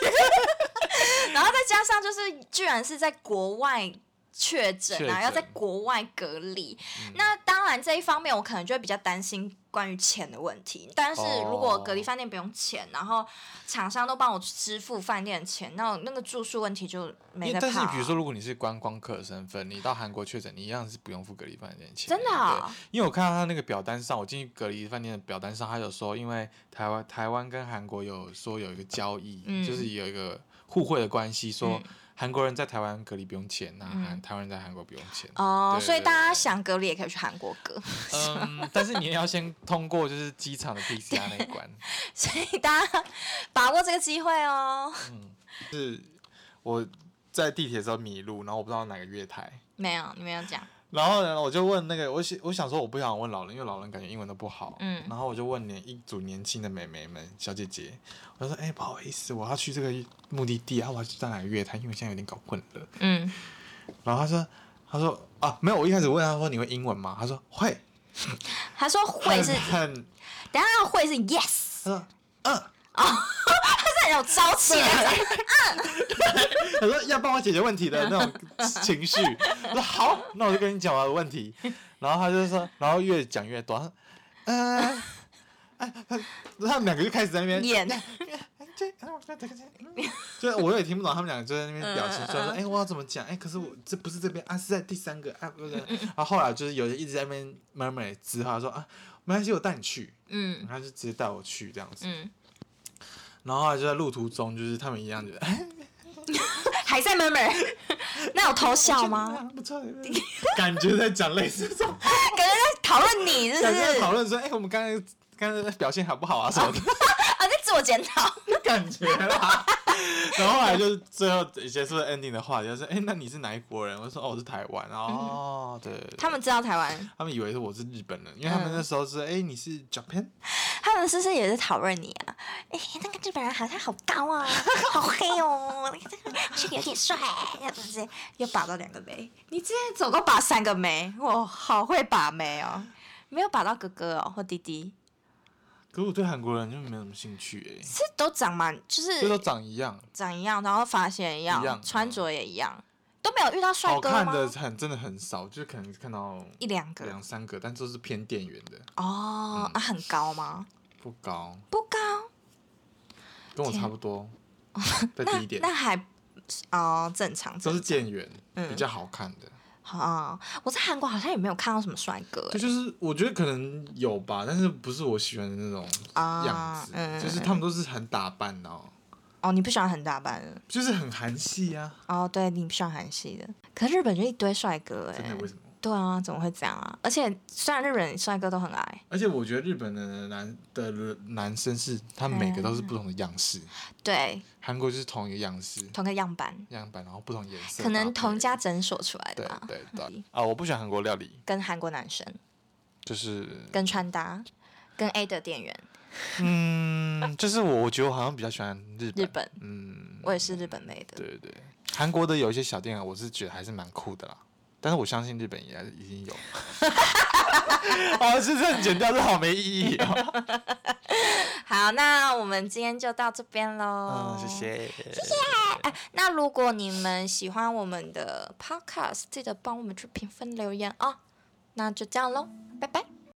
[SPEAKER 2] [laughs] 然后再加上就是居然是在国外。确诊
[SPEAKER 1] 确
[SPEAKER 2] 啊，
[SPEAKER 1] 诊嗯
[SPEAKER 2] 要在国外隔离。那当然这一方面，我可能就会比较担心关于钱的问题。但是如果
[SPEAKER 1] 哦
[SPEAKER 2] 隔离饭店不用钱，然后厂商都帮我支付饭店的钱，那我那个住宿问题就没
[SPEAKER 1] 因
[SPEAKER 2] 得
[SPEAKER 1] 为但
[SPEAKER 2] 怕、
[SPEAKER 1] 是你比如说，如果你是观光客的身份，你到韩国确诊，你一样是不用付隔离饭店的钱。
[SPEAKER 2] 真的啊
[SPEAKER 1] 对因为我看到他那个表单上，我进去隔离饭店的表单上，他有说，因为台湾台湾跟韩国有说有一个交易，
[SPEAKER 2] 嗯
[SPEAKER 1] 就是有一个互惠的关系，说
[SPEAKER 2] 嗯
[SPEAKER 1] 韩国人在台湾隔离不用钱，那
[SPEAKER 2] 嗯
[SPEAKER 1] 韩、台湾人在韩国不用钱。
[SPEAKER 2] 哦，
[SPEAKER 1] 对
[SPEAKER 2] 所以
[SPEAKER 1] 对
[SPEAKER 2] 大家
[SPEAKER 1] 对
[SPEAKER 2] 想隔离也可以去韩国隔。
[SPEAKER 1] 嗯，但是你也要先通过就是机场的 PCR 那一关。
[SPEAKER 2] [laughs] 所以大家把握这个机会哦。
[SPEAKER 1] 我在地铁的时候迷路，然后我不知道哪个月台。
[SPEAKER 2] 没有，你没有讲，
[SPEAKER 1] 然后呢，我就问那个，我想我想说我不想问老人，因为老人感觉英文都不好。
[SPEAKER 2] 嗯
[SPEAKER 1] 然后我就问年一组年轻的美眉们、小姐姐，我就说：“哎、不好意思，我要去这个目的地啊，我要去在哪个乐坛，因为我现在有点搞混了。
[SPEAKER 2] 嗯，”
[SPEAKER 1] 然后她说：“她说啊，没有，我一开始问她说你会英文吗？”她说会，
[SPEAKER 2] 他说会是，
[SPEAKER 1] 很，很
[SPEAKER 2] 等一下会是 yes，
[SPEAKER 1] 她说嗯，
[SPEAKER 2] 这很有朝气的那种，
[SPEAKER 1] 她说要帮我解决问题的那种情绪。我说好，那我就跟你讲我的问题。然后她就说，然后越讲越多，她说嗯、呃。哎，他他们两个就开始在那边
[SPEAKER 2] 演，
[SPEAKER 1] 这， [laughs] 就是我也听不懂他们两个就在那边表情，
[SPEAKER 2] 嗯
[SPEAKER 1] 说说，哎、我要怎么讲？哎、可是我这不是这边啊，是在第三个啊，不是。然后后来就是有人一直在那边 murmur 之后，他说啊，没关系，我带你去，
[SPEAKER 2] 嗯
[SPEAKER 1] 他就直接带我去这样子。
[SPEAKER 2] 嗯，
[SPEAKER 1] 然后后来就在路途中，就是他们一样就，哎，
[SPEAKER 2] 还在 murmur，那 [laughs] 有偷笑吗？？
[SPEAKER 1] 不错，感觉在讲类似这种，
[SPEAKER 2] 感觉在讨论你，是不
[SPEAKER 1] 感觉在
[SPEAKER 2] 是？
[SPEAKER 1] 讨论说，哎、我哎们刚才刚才表现好不好啊什
[SPEAKER 2] [laughs]
[SPEAKER 1] 么的。
[SPEAKER 2] 啊，在自我检讨。
[SPEAKER 1] 感觉啦。然后后来就是最后结束了 ending 的话题，就是哎、那你是哪一国人？我就说哦，我是台湾。然后
[SPEAKER 2] 嗯
[SPEAKER 1] 哦，对对对，
[SPEAKER 2] 他们知道台湾，
[SPEAKER 1] 他们以为是我是日本人，因为他们
[SPEAKER 2] 嗯
[SPEAKER 1] 那时候是哎、你是 Japan，
[SPEAKER 2] 他们是不是也是讨论你啊？哎、那个日本人好像好高 [laughs] 啊，好黑哦，好像有点帅，这样子又把到两个眉。你之前总共把三个眉，我好会把眉哦，没有把到哥哥哦或弟弟，
[SPEAKER 1] 可是我对韩国人就没有什么兴趣哎、
[SPEAKER 2] 这都长蛮就
[SPEAKER 1] 这都
[SPEAKER 2] 是
[SPEAKER 1] 长一样，
[SPEAKER 2] 长一样，然后发型也一样，
[SPEAKER 1] 一样嗯
[SPEAKER 2] 穿着也一样，都没有遇到帅
[SPEAKER 1] 好
[SPEAKER 2] 哥
[SPEAKER 1] 看
[SPEAKER 2] 吗？
[SPEAKER 1] 的很真的很少，就是可能看到
[SPEAKER 2] 一两个
[SPEAKER 1] 两嗯三个，但都是偏店员的，
[SPEAKER 2] 哦、啊，很高吗？
[SPEAKER 1] 不高，
[SPEAKER 2] 不高，
[SPEAKER 1] 跟我
[SPEAKER 2] 天
[SPEAKER 1] 差不多， [laughs] 再
[SPEAKER 2] 那
[SPEAKER 1] 低一点
[SPEAKER 2] 那，还哦正常，
[SPEAKER 1] 都
[SPEAKER 2] 正
[SPEAKER 1] 是
[SPEAKER 2] 常。
[SPEAKER 1] 店员
[SPEAKER 2] 嗯
[SPEAKER 1] 比较好看的。
[SPEAKER 2] 啊、我在韩国好像也没有看到什么帅哥、
[SPEAKER 1] 这
[SPEAKER 2] 欸，
[SPEAKER 1] 就是我觉得可能有吧，但是不是我喜欢的那种
[SPEAKER 2] 啊
[SPEAKER 1] 样子，
[SPEAKER 2] 嗯
[SPEAKER 1] 就是他们都是很打扮哦，
[SPEAKER 2] 哦，你不喜欢很打扮的，
[SPEAKER 1] 就是很韩系啊，
[SPEAKER 2] 哦，对你不喜欢韩系的，可是日本就一堆帅哥、欸，
[SPEAKER 1] 真的为什么？
[SPEAKER 2] 对啊，怎么会这样啊？而且虽然日本帅哥都很矮，
[SPEAKER 1] 而且我觉得日本的男的男生是，他每个都是不同的样式，
[SPEAKER 2] 对，
[SPEAKER 1] 韩国就是同一个样式
[SPEAKER 2] 同个样板，
[SPEAKER 1] 样板，然后不同颜色搭配，
[SPEAKER 2] 可能同家诊所出来
[SPEAKER 1] 啊对嗯
[SPEAKER 2] 的吧，
[SPEAKER 1] 对对啊，我不喜欢韩国料理，
[SPEAKER 2] 跟韩国男生，
[SPEAKER 1] 就是
[SPEAKER 2] 跟穿搭，跟 A 的店员，
[SPEAKER 1] 嗯，就是我我觉得我好像比较喜欢日本，
[SPEAKER 2] 日本，
[SPEAKER 1] 嗯，
[SPEAKER 2] 我也是日本妹的，
[SPEAKER 1] 对对对，韩国的有一些小店啊，我是觉得还是蛮酷的啦。但是我相信日本也还是已经有， [laughs] 哦，是这样剪掉，这好没意义哦。
[SPEAKER 2] 好，那我们今天就到这边喽、
[SPEAKER 1] 嗯，谢。谢，谢谢。
[SPEAKER 2] 那如果你们喜欢我们的 podcast，记得帮我们去评分留言哦。那就这样喽，拜拜。